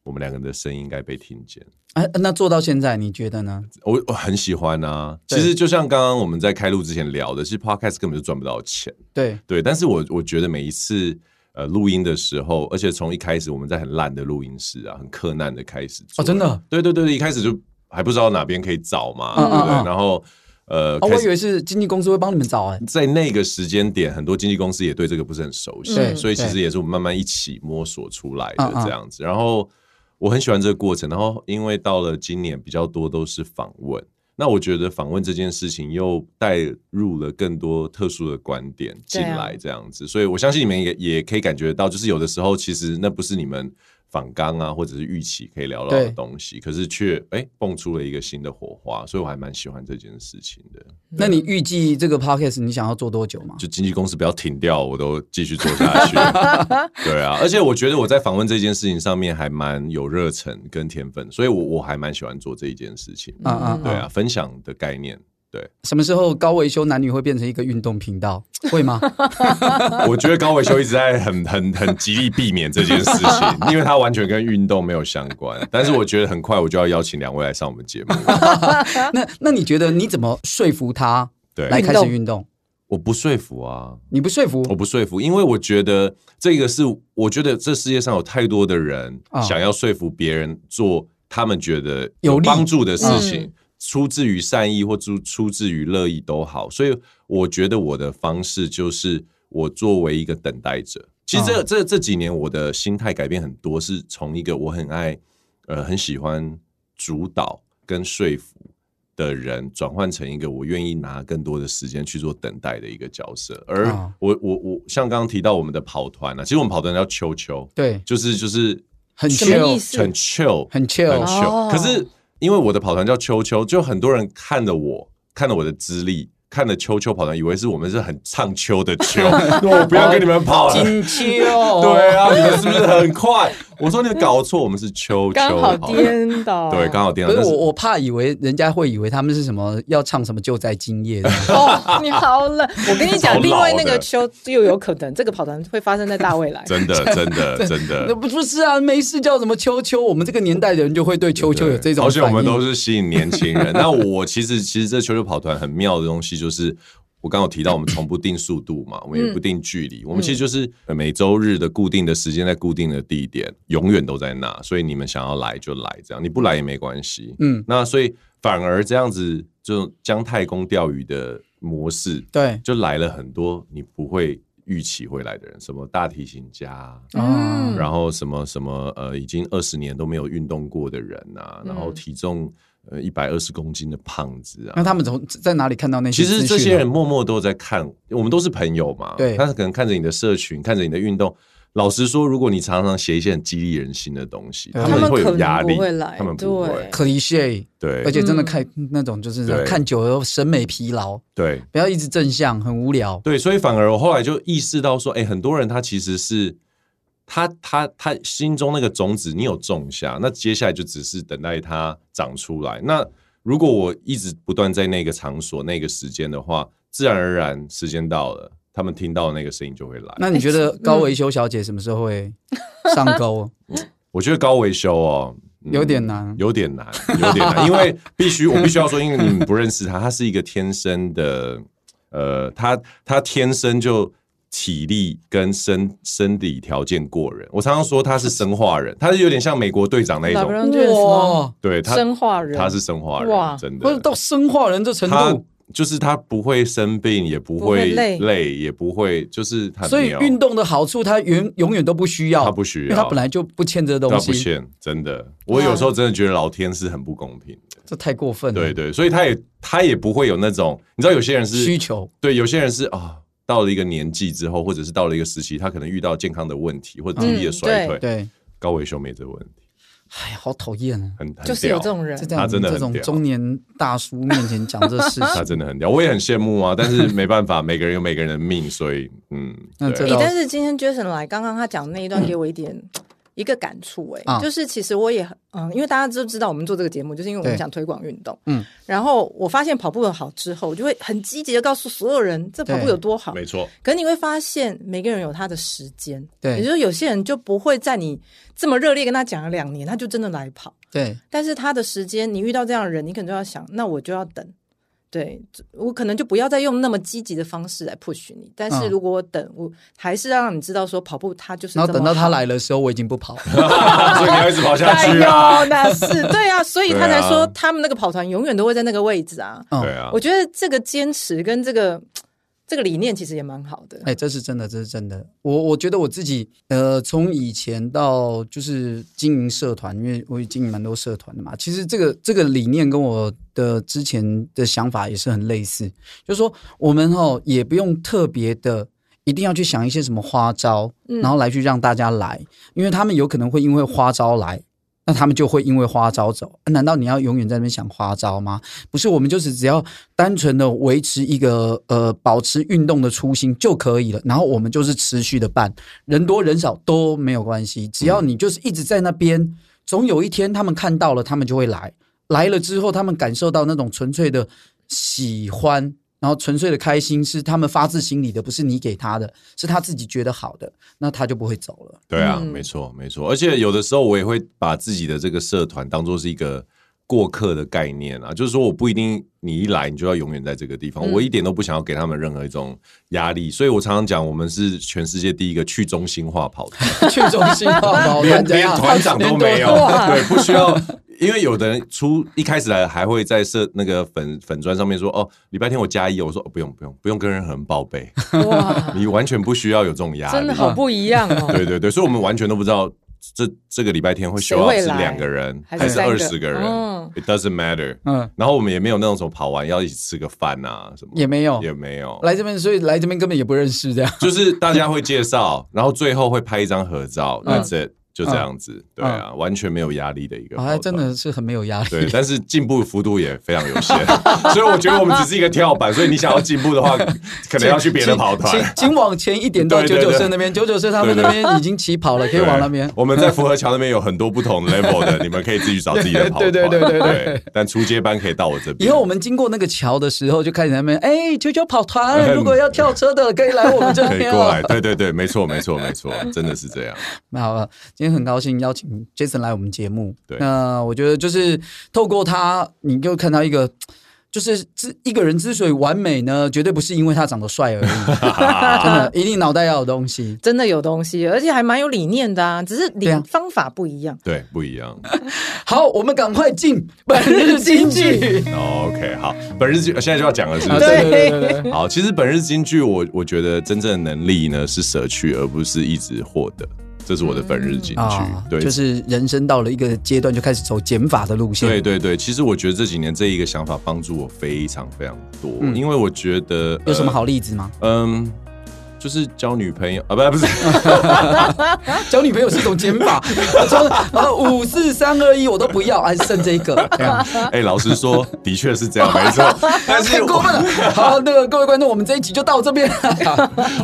S2: 我们两个人的声音应该被听见。
S1: 哎、那做到现在你觉得呢？
S2: 我我很喜欢啊，
S1: 对
S2: 其实就像刚刚我们在开录之前聊的，其实 podcast 根本就赚不到钱，
S1: 对
S2: 对。但是我我觉得每一次呃录音的时候，而且从一开始我们在很烂的录音室啊，很困难的开始做
S1: 哦，真的，啊、
S2: 对对对，一开始就还不知道哪边可以找嘛，
S1: 嗯
S2: 对
S1: 嗯
S2: 不
S1: 嗯哦
S2: 对？然后呃，
S1: 啊我
S2: 开
S1: 以
S2: 始
S1: 为是经纪公司会帮你们找哎、
S2: 在那个时间点，很多经纪公司也对这个不是很熟悉，
S1: 对
S2: 所以其实
S1: 嗯对
S2: 也是我们慢慢一起摸索出来的
S1: 嗯嗯
S2: 这样子。然后我很喜欢这个过程，然后因为到了今年比较多都是访问，那我觉得访问这件事情又带入了更多特殊的观点进
S3: 对啊
S2: 来这样子，所以我相信你们也也可以感觉到，就是有的时候其实那不是你们仿纲啊，或者是预期可以聊到的
S1: 对
S2: 东西，可是却哎、蹦出了一个新的火花，所以我还蛮喜欢这件事情的。
S1: 那你预计这个 podcast 你想要做多久吗？
S2: 就经纪公司不要停掉，我都继续做下去。对啊，而且我觉得我在访问这件事情上面还蛮有热忱跟天分，所以我我还蛮喜欢做这一件事情。
S1: 啊啊，
S2: 对啊，分享的概念，对，
S1: 什么时候高维修男女会变成一个运动频道？会吗？
S2: 我觉得高维修一直在 很很很极力避免这件事情，因为它完全跟运动没有相关。但是我觉得很快我就要邀请两位来上我们节目。
S1: 那那你觉得你怎么说服他
S2: 对，
S1: 来开始运动？
S2: 我不说服啊，
S1: 你不说服
S2: 我不说服，因为我觉得这个是，我觉得这世界上有太多的人
S1: 啊
S2: 想要说服别人做他们觉得
S1: 有
S2: 有
S1: 利
S2: 帮助的事情，
S3: 嗯
S2: 出自于善意或出出自于乐意都好。所以我觉得我的方式就是我作为一个等待者。其实这、
S1: 啊
S2: 这这几年我的心态改变很多，是从一个我很爱呃很喜欢主导跟说服。的人转换成一个我愿意拿更多的时间去做等待的一个角色，而
S1: 啊
S2: 我我我像刚刚提到我们的跑团啊，其实我们跑团叫秋秋，
S1: 对，
S2: 就是就是
S1: 很
S3: 什么
S1: chill，
S3: 意思
S2: 很 chill
S1: 很
S2: 很
S1: chill，
S3: 哦
S2: chill。可是因为我的跑团叫秋秋，就很多人看着我，看着我的资历，看着秋秋跑团，以为是我们是很唱秋的 秋，那我不要跟你们跑了。
S1: 很 chill，
S2: 对啊，你们是不是很快？我说你们搞错，我们是秋秋
S3: 刚好
S2: 跑团，
S3: 颠 倒，
S2: 对，刚好颠
S1: 不
S2: 倒。
S1: 是
S2: 但是
S1: 我，我怕以为人家会以为他们是什么要唱什么就在今夜 的，
S3: 哦，你好冷！我跟你
S2: 超老
S3: 讲，
S2: 的
S3: 另外那个秋又有可能，这个跑团会发生在大未 来。
S2: 真的真的真的
S1: 那，不不是啊，没事叫什么秋秋，我们这个年代的人就会对秋秋有这种
S2: 而且
S1: 反应。
S2: 我们都是吸引年轻人。那我其实其实这球球跑团很妙的东西就是。我刚刚有提到，我们从不定速度嘛，我们也不定距离，我们其实就是呃每周日的固定的时间，在固定的地点，永远都在那，所以你们想要来就来，这样你不来也没关系。
S1: 嗯
S2: 嗯，那所以反而这样子，这种姜太公钓鱼的模式，
S1: 对，
S2: 就来了很多你不会预期会来的人，什么大提琴家啊、
S1: 嗯
S2: 然后什么什么呃，已经二十年都没有运动过的人啊，然后体重呃一百二十公斤的胖子
S1: 那
S2: 啊。
S1: 他们从在哪里看到那些嗯
S2: 其
S1: 资讯
S2: 实
S1: 呢？
S2: 这些人默默都在看，我们都是朋友嘛。
S1: 对
S2: 他可能看着你的社群，看着你的运动。老实说，如果你常常写一些很激励人心的东西，
S1: 对
S2: 他们会
S3: 他们可
S2: 有
S3: 能
S2: 压力
S3: 不会来，
S2: 他们不会
S3: 对。
S1: cliche，
S2: 对，
S1: 而且真的
S3: 嗯
S1: 看那种就是
S2: 对
S1: 看久了审美疲劳，
S2: 对
S1: 不要一直正向，很无聊。
S2: 对，所以反而我后来就意识到说，哎、很多人他其实是他他他心中那个种子，你有种下，那接下来就只是等待它长出来。那如果我一直不断在那个场所、那个时间的话，自然而然时间到了，他们听到那个声音就会来。
S1: 那你觉得高维修小姐什么时候会上钩？
S2: 我觉得高维修哦。嗯
S1: 有点难
S2: 有点难，有点 难，因为必须我必须要说，因为你们不认识他，他是一个天生的，呃，他他天生就体力跟身身体条件过人。我常常说他是生化人，他是有点像美国队长那一种，
S3: LeBron James 吗？
S2: 对他
S3: 生化人，
S2: 他是生化
S3: 哇
S2: 人，真
S1: 不是
S2: 的。
S1: 到生化人这程
S2: 他
S1: 度，
S2: 就是他不会生病，也不
S3: 不会
S2: 会
S3: 累
S2: 累，也不会就是他
S1: 所以运动的好处他永永远都不需要，
S2: 他不需要
S1: 因为他本来就不欠这
S2: 他
S1: 东
S2: 不
S1: 西，
S2: 欠，真的。我有时候真的觉得老天是很不公平的。
S1: 这太过
S3: 嗯
S1: 分了。
S2: 对对，所以他也他也不会有那种，你知道有些人是
S1: 需求，
S2: 对，有些人是啊，到了一个年纪之后，或者是到了一个时期，他可能遇到健康的问题或者体力的衰
S3: 嗯
S2: 退。
S1: 对，
S2: 高维修没这个问题，
S1: 哎，好讨厌啊！
S2: 很很
S3: 就是有
S2: 屌
S3: 这，种人
S1: 这。在
S2: 他
S1: 我们
S2: 真的
S1: 这
S2: 很
S1: 种
S2: 屌
S1: 中年大叔面前讲这事
S2: 他
S1: 情，
S2: 真的很屌，我也很羡慕啊，但是没办法，每个人有每个人的命，所以 嗯，
S1: 那
S2: 对
S1: 这
S3: 诶
S1: 倒
S3: 但是今天 Jason 来，刚刚他讲那一段给我一点、一个感触、诶，
S1: 啊
S3: 就是其实我也很嗯，因为大家都知道我们做这个节目，就是因为我们
S1: 对
S3: 想推广运动，
S1: 嗯，
S3: 然后我发现跑步的好之后，我就会很积极的告诉所有人这跑步
S1: 对
S3: 有多好，
S2: 没错，
S3: 可你会发现，每个人有他的时间，
S1: 对
S3: 也就是有些人就不会在你这么热烈跟他讲了两年，他就真的来跑。
S1: 对
S3: 但是他的时间，你遇到这样的人，你可能就要想，那我就要等。对我可能就不要再用那么积极的方式来 push 你，但是
S1: 嗯
S3: 如果我等，我还是要让你知道说跑步它就是这
S1: 然后
S3: 么
S1: 等到他
S3: 好
S1: 来的时候，我已经不跑了。
S2: 所以你要一直跑下
S3: 哎
S2: 去
S3: 呦
S2: 啊，，
S3: 那是 对啊，所以他才
S2: 对
S3: 说
S2: 啊
S3: 他们那个跑团永远都会在那个位置啊。
S1: 嗯
S2: 对啊
S3: 我，觉得这个坚持跟这个这个理念其实也蛮好 的。
S1: 哎，这是真的，这是真的。我我觉得我自己，呃，从以前到就是经营社团，因为我也经营蛮多社团的嘛。其实这个这个理念跟我的之前的想法也是很类似，就是说我们哦也不用特别的一定要去想一些什么花招，然后来去让大家来，因为他们有可能会因为花招来。那他们就会因为花招走、啊难道你要永远在那边想花招吗？不是，我们就是只要单纯的维持一个呃保持运动的初心就可以了。然后我们就是持续的办，人多人少都没有关系，只要你就是一直在那边，总有一天他们看到了，他们就会来。来了之后，他们感受到那种纯粹的喜欢，然后纯粹的开心，是他们发自心里的，不是你给他的，是他自己觉得好的，那他就不会走了。
S2: 对啊，
S3: 嗯
S2: 没错没错，而且有的时候我也会把自己的这个社团当做是一个过客的概念啊，就是说我不一定你一来你就要永远在这个地方，
S3: 嗯
S2: 我一点都不想要给他们任何一种压力，所以我常常讲我们是全世界第一个去中心化跑团，
S1: 去中心化包
S2: 连
S1: 怎
S2: 连
S1: 样？
S2: 团长都没有，
S3: 连多啊 哇
S2: 对，不需要。因为有的人出一开始来还会在社那个粉粉砖上面说哦，礼拜天我加一哦，我说、哦、不用不用不用跟任何人报备，
S3: 哇，
S2: 你完全不需要有这种压力，
S3: 真的好不一样哦。
S2: 对对对，所以我们完全都不知道这这个礼拜天会休
S3: 谁
S2: 要
S3: 会
S2: 是
S3: 来
S2: 两个人
S3: 还
S2: 还
S3: 是
S2: 是
S3: 三
S2: 二
S3: 个
S2: 十个人、
S3: 嗯
S2: i t doesn't matter。
S1: 嗯，
S2: 然后我们也没有那种什么跑完要一起吃个饭啊什么，
S1: 也没有
S2: 也没有，
S1: 来这边，所以来这边根本也不认识这样。
S2: 就是大家会介绍， 然后最后会拍一张合照、
S3: 嗯
S2: t h a t s it，就这样子。对啊，完全没有压力的一个跑
S1: 啊，嗯
S2: 团，
S1: 还真的是很没有压
S2: 对，
S1: 力。
S2: 但是进步幅度也非常有限，所以我觉得我们只是一个跳板，所以你想要进步的 话，可能要去别的跑团
S1: 请。请请往前一点到
S2: 对
S1: 九
S2: 对
S1: 九
S2: 对
S1: 社那边，九九社他们
S2: 对
S1: 那
S2: 对
S1: 边已经起跑了，可以往那边
S2: 对。我们在福和桥那边有很多不同 level 的， 你们可以自己找自己的跑团。
S1: 对对对对对对
S2: 但初阶班可以到我这
S1: 以
S2: 边。
S1: 后我们经过那个桥的时候，就开始在那边，哎，九九跑 团，
S2: 嗯
S1: 如果要跳车的，可以来我们这
S2: 可以
S1: 边
S2: 过来，
S1: 哦。
S2: 对对对，没错没错没错，真的是这样。
S1: 那好了，今天很高兴邀请 Jason 来我们节目。
S2: 对
S1: 那我觉得就是透过他，你就看到一个。就是之一个人之所以完美呢，绝对不是因为他长得帅 而已，真的，一定脑袋要有东西。
S3: 真的有东西，而且还蛮有理念的啊，只是理、
S1: 对啊
S3: 方法不一样。
S2: 对，不一样。
S1: 好，我们赶快进本日金句。
S2: OK，好，本日剧现在就要讲了，是不
S1: 啊，
S2: 是？
S1: 对对对对对，
S2: 好，其实本日金句我，我觉得真正的能力呢是舍去，而不是一直获得，这是我的本日金句。
S1: 啊，
S2: 对，
S1: 就是人生到了一个阶段，就开始走减法的路线。
S2: 对，对对，其实我觉得这几年这一个想法帮助我非常非常多，因为我觉得
S1: 嗯有什么？
S2: 呃
S1: 好例子吗？
S2: 嗯，就是交女朋友啊，不不是，
S1: 交啊女朋友是一种减 法，我说啊五四三二一我都不要，还剩这一 个。这样
S2: 哎，老实说，的确是这样， 没错。但
S1: 哎太
S2: 是
S1: 过
S2: 我
S1: 分 了！好，那个各位观众，我们这一集就到这边。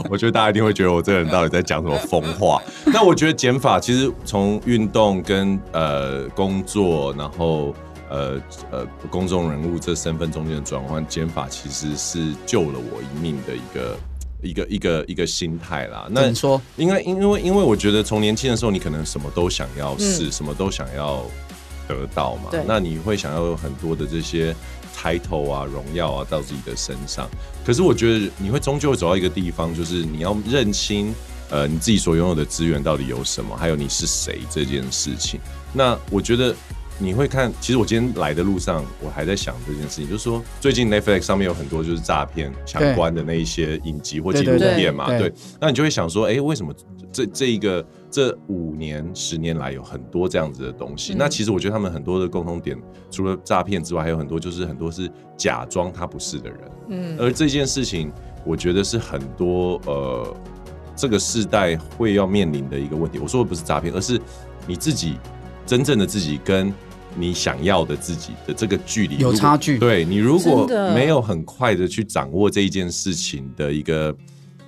S2: 我觉得大家一定会觉得我这个人到底在讲什么疯话。那我觉得减法其实从运动跟呃工作，然后呃呃公众人物这身份中间的转换，减法其实是救了我一命的一个一个一个一个心态啦。那
S1: 你说，
S2: 因为因为因为我觉得从年轻的时候，你可能什么都想要试，什么都想要得到嘛
S3: 对。
S2: 那你会想要有很多的这些 title 啊、荣耀啊到自己的身上。可是我觉得你会终究走到一个地方，就是你要认清，呃，你自己所拥有的资源到底有什么，还有你是谁这件事情。那我觉得你会看，其实我今天来的路上，我还在想这件事情，就是说最近 Netflix 上面有很多就是诈骗相关的那一些影集或纪录
S3: 对对
S2: 片嘛，
S1: 对对
S2: 对，那你就会想说，哎、为什么这这一个这五年、十年来有很多这样子的东西？
S3: 嗯
S2: 那其实我觉得他们很多的共同点，除了诈骗之外，还有很多就是很多是假装他不是的人。
S3: 嗯，
S2: 而这件事情，我觉得是很多呃这个世代会要面临的一个问题。我说的不是诈骗，而是你自己真正的自己跟你想要的自己的这个距离
S1: 有
S2: 如果
S1: 差 距
S2: 对你如果
S3: 真的
S2: 没有很快的去掌握这一件事情的一个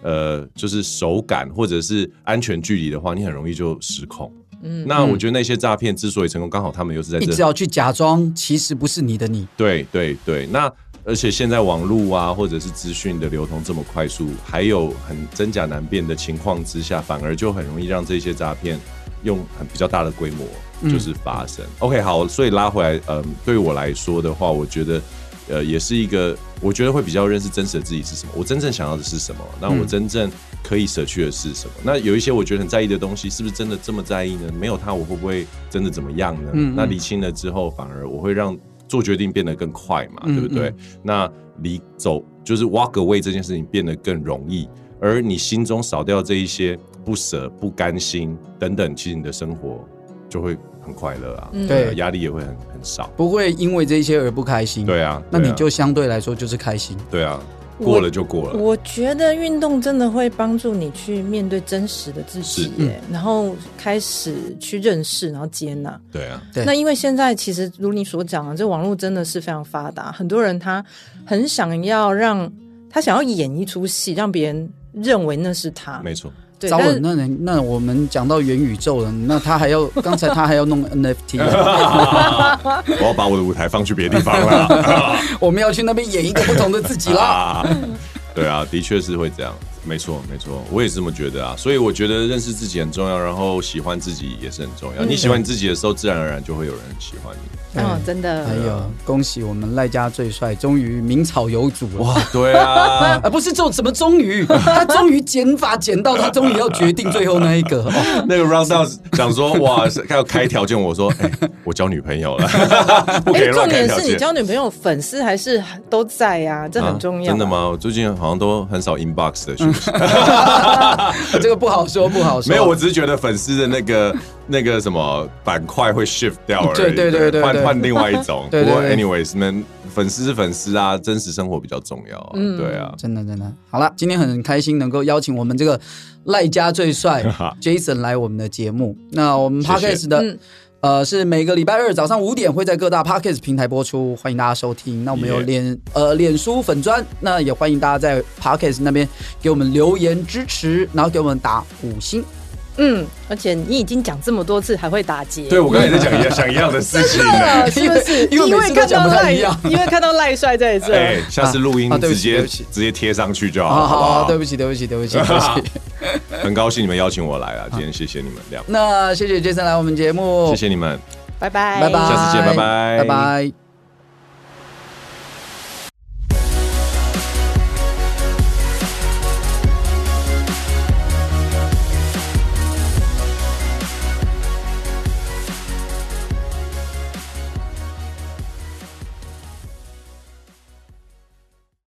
S2: 呃，就是手感或者是安全距离的话，你很容易就失控。
S3: 嗯
S2: 那我觉得那些诈骗之所以成功，刚好他们又是在
S1: 一
S2: 这
S1: 直要去假装其实不是你的你，
S2: 对对对，那而且现在网络啊，或者是资讯的流通这么快速，还有很真假难辨的情况之下，反而就很容易让这些诈骗用很比较大的规模
S1: 嗯
S2: 就是发生。OK，好，所以拉回来，嗯，对我来说的话，我觉得。呃，也是一个，我觉得会比较认识真实的自己是什么，我真正想要的是什么，那
S1: 嗯
S2: 我真正可以舍去的是什么？那有一些我觉得很在意的东西，是不是真的这么在意呢？没有它，我会不会真的怎么样呢？
S1: 嗯嗯
S2: 那理清了之后，反而我会让做决定变得更快嘛，
S1: 嗯
S2: 对不对？那离走就是 walk away 这件事情变得更容易，而你心中少掉这一些不舍、不甘心等等，其实你的生活就会很快乐啊，
S3: 嗯
S2: 对啊
S1: 对
S2: 压力也会很很少。
S1: 不会因为这些而不开心。
S2: 对啊，
S1: 那
S2: 对
S1: 你
S2: 啊
S1: 就相对来说就是开心。
S2: 对啊，过了就过了。
S3: 我觉得运动真的会帮助你去面对真实的自己
S2: 是嗯
S3: 耶，然后开始去认识，然后接纳。
S2: 对啊，
S1: 对
S3: 那因为现在其实如你所讲啊，这网络真的是非常发达，很多人他很想要让他想要演一出戏，让别人认为那是他。
S2: 没错，
S3: 对，
S1: 早
S3: 但
S1: 晚
S3: 是
S1: 那人那我们讲到元宇宙了，那他还要刚才他还要弄 NFT，
S2: 我要把我的舞台放去别的地方了。
S1: 我们要去那边演一个不同的自己啦。
S2: 啊， 对啊，的确是会这样，没错没错，我也是这么觉得啊。所以我觉得认识自己很重要，然后喜欢自己也是很重要。你喜欢你自己的时候，自然而然就会有人喜欢你。
S3: 嗯，真的
S2: 哎
S1: 还
S2: 啊
S1: 有，哎恭喜我们赖家最帅终于名草有主了。
S2: 哇，对啊，
S1: 啊，不是就怎么终于，他终于减法减到他终于要决定最后那一个，哦、
S2: 那个 round down 想说哇，是要开条件，我说哎、我交女朋友了， 不可以
S3: 哎，
S2: 乱
S3: 重
S2: 开
S3: 点
S2: 条
S3: 是你
S2: 件。
S3: 交女朋友粉丝还是都在呀、这很重要、
S2: 啊真的？吗？我最近好像都很少 inbox 的讯息，
S1: 这个不好说，不好说。
S2: 没有，我只是觉得粉丝的 那个那个什么板块会 shift 掉而已，
S1: 对对对对
S2: 换
S1: 对
S2: 换另外一种。
S1: 对对
S2: 不过
S1: 对
S2: anyways，那粉丝是粉丝啊，真实生活比较重要啊，
S1: 嗯
S2: 对啊。
S1: 真的真的。好了，今天很开心能够邀请我们这个赖家最 帅 Jason 来我们的节目。那我们
S2: 谢谢
S1: Podcast 的。呃，是每个礼拜二早上五点会在各大 podcast 平台播出，欢迎大家收听。那我们有
S2: Yeah
S1: 脸呃脸书粉砖，那也欢迎大家在 podcast 那边给我们留言支持，然后给我们打五星。
S3: 嗯，而且你已经讲这么多次，还会打结。
S2: 对，我刚才也在讲一样想一样的事 情呢。
S3: 啊，是不是？
S1: 因为因为每次都
S3: 看
S1: 讲
S3: 到
S1: 不太
S3: 赖，
S1: 一样
S3: 因为看到赖帅在这。
S2: 哎，下次录音
S1: 啊啊对不
S2: 直
S1: 起
S2: 接
S1: 对不起
S2: 直接贴上去就哦好，
S1: 啊好
S2: 好不
S1: 好好，
S2: 好
S1: 对？不起，对不起，对不起，对不 起。
S2: 很高兴你们邀请我来啊，今天谢谢你们这样，
S1: 那谢谢 Jason 来我们节目，
S2: 谢，谢你们。
S3: 拜拜，
S1: 拜拜，
S2: 下次见拜拜
S1: 拜拜。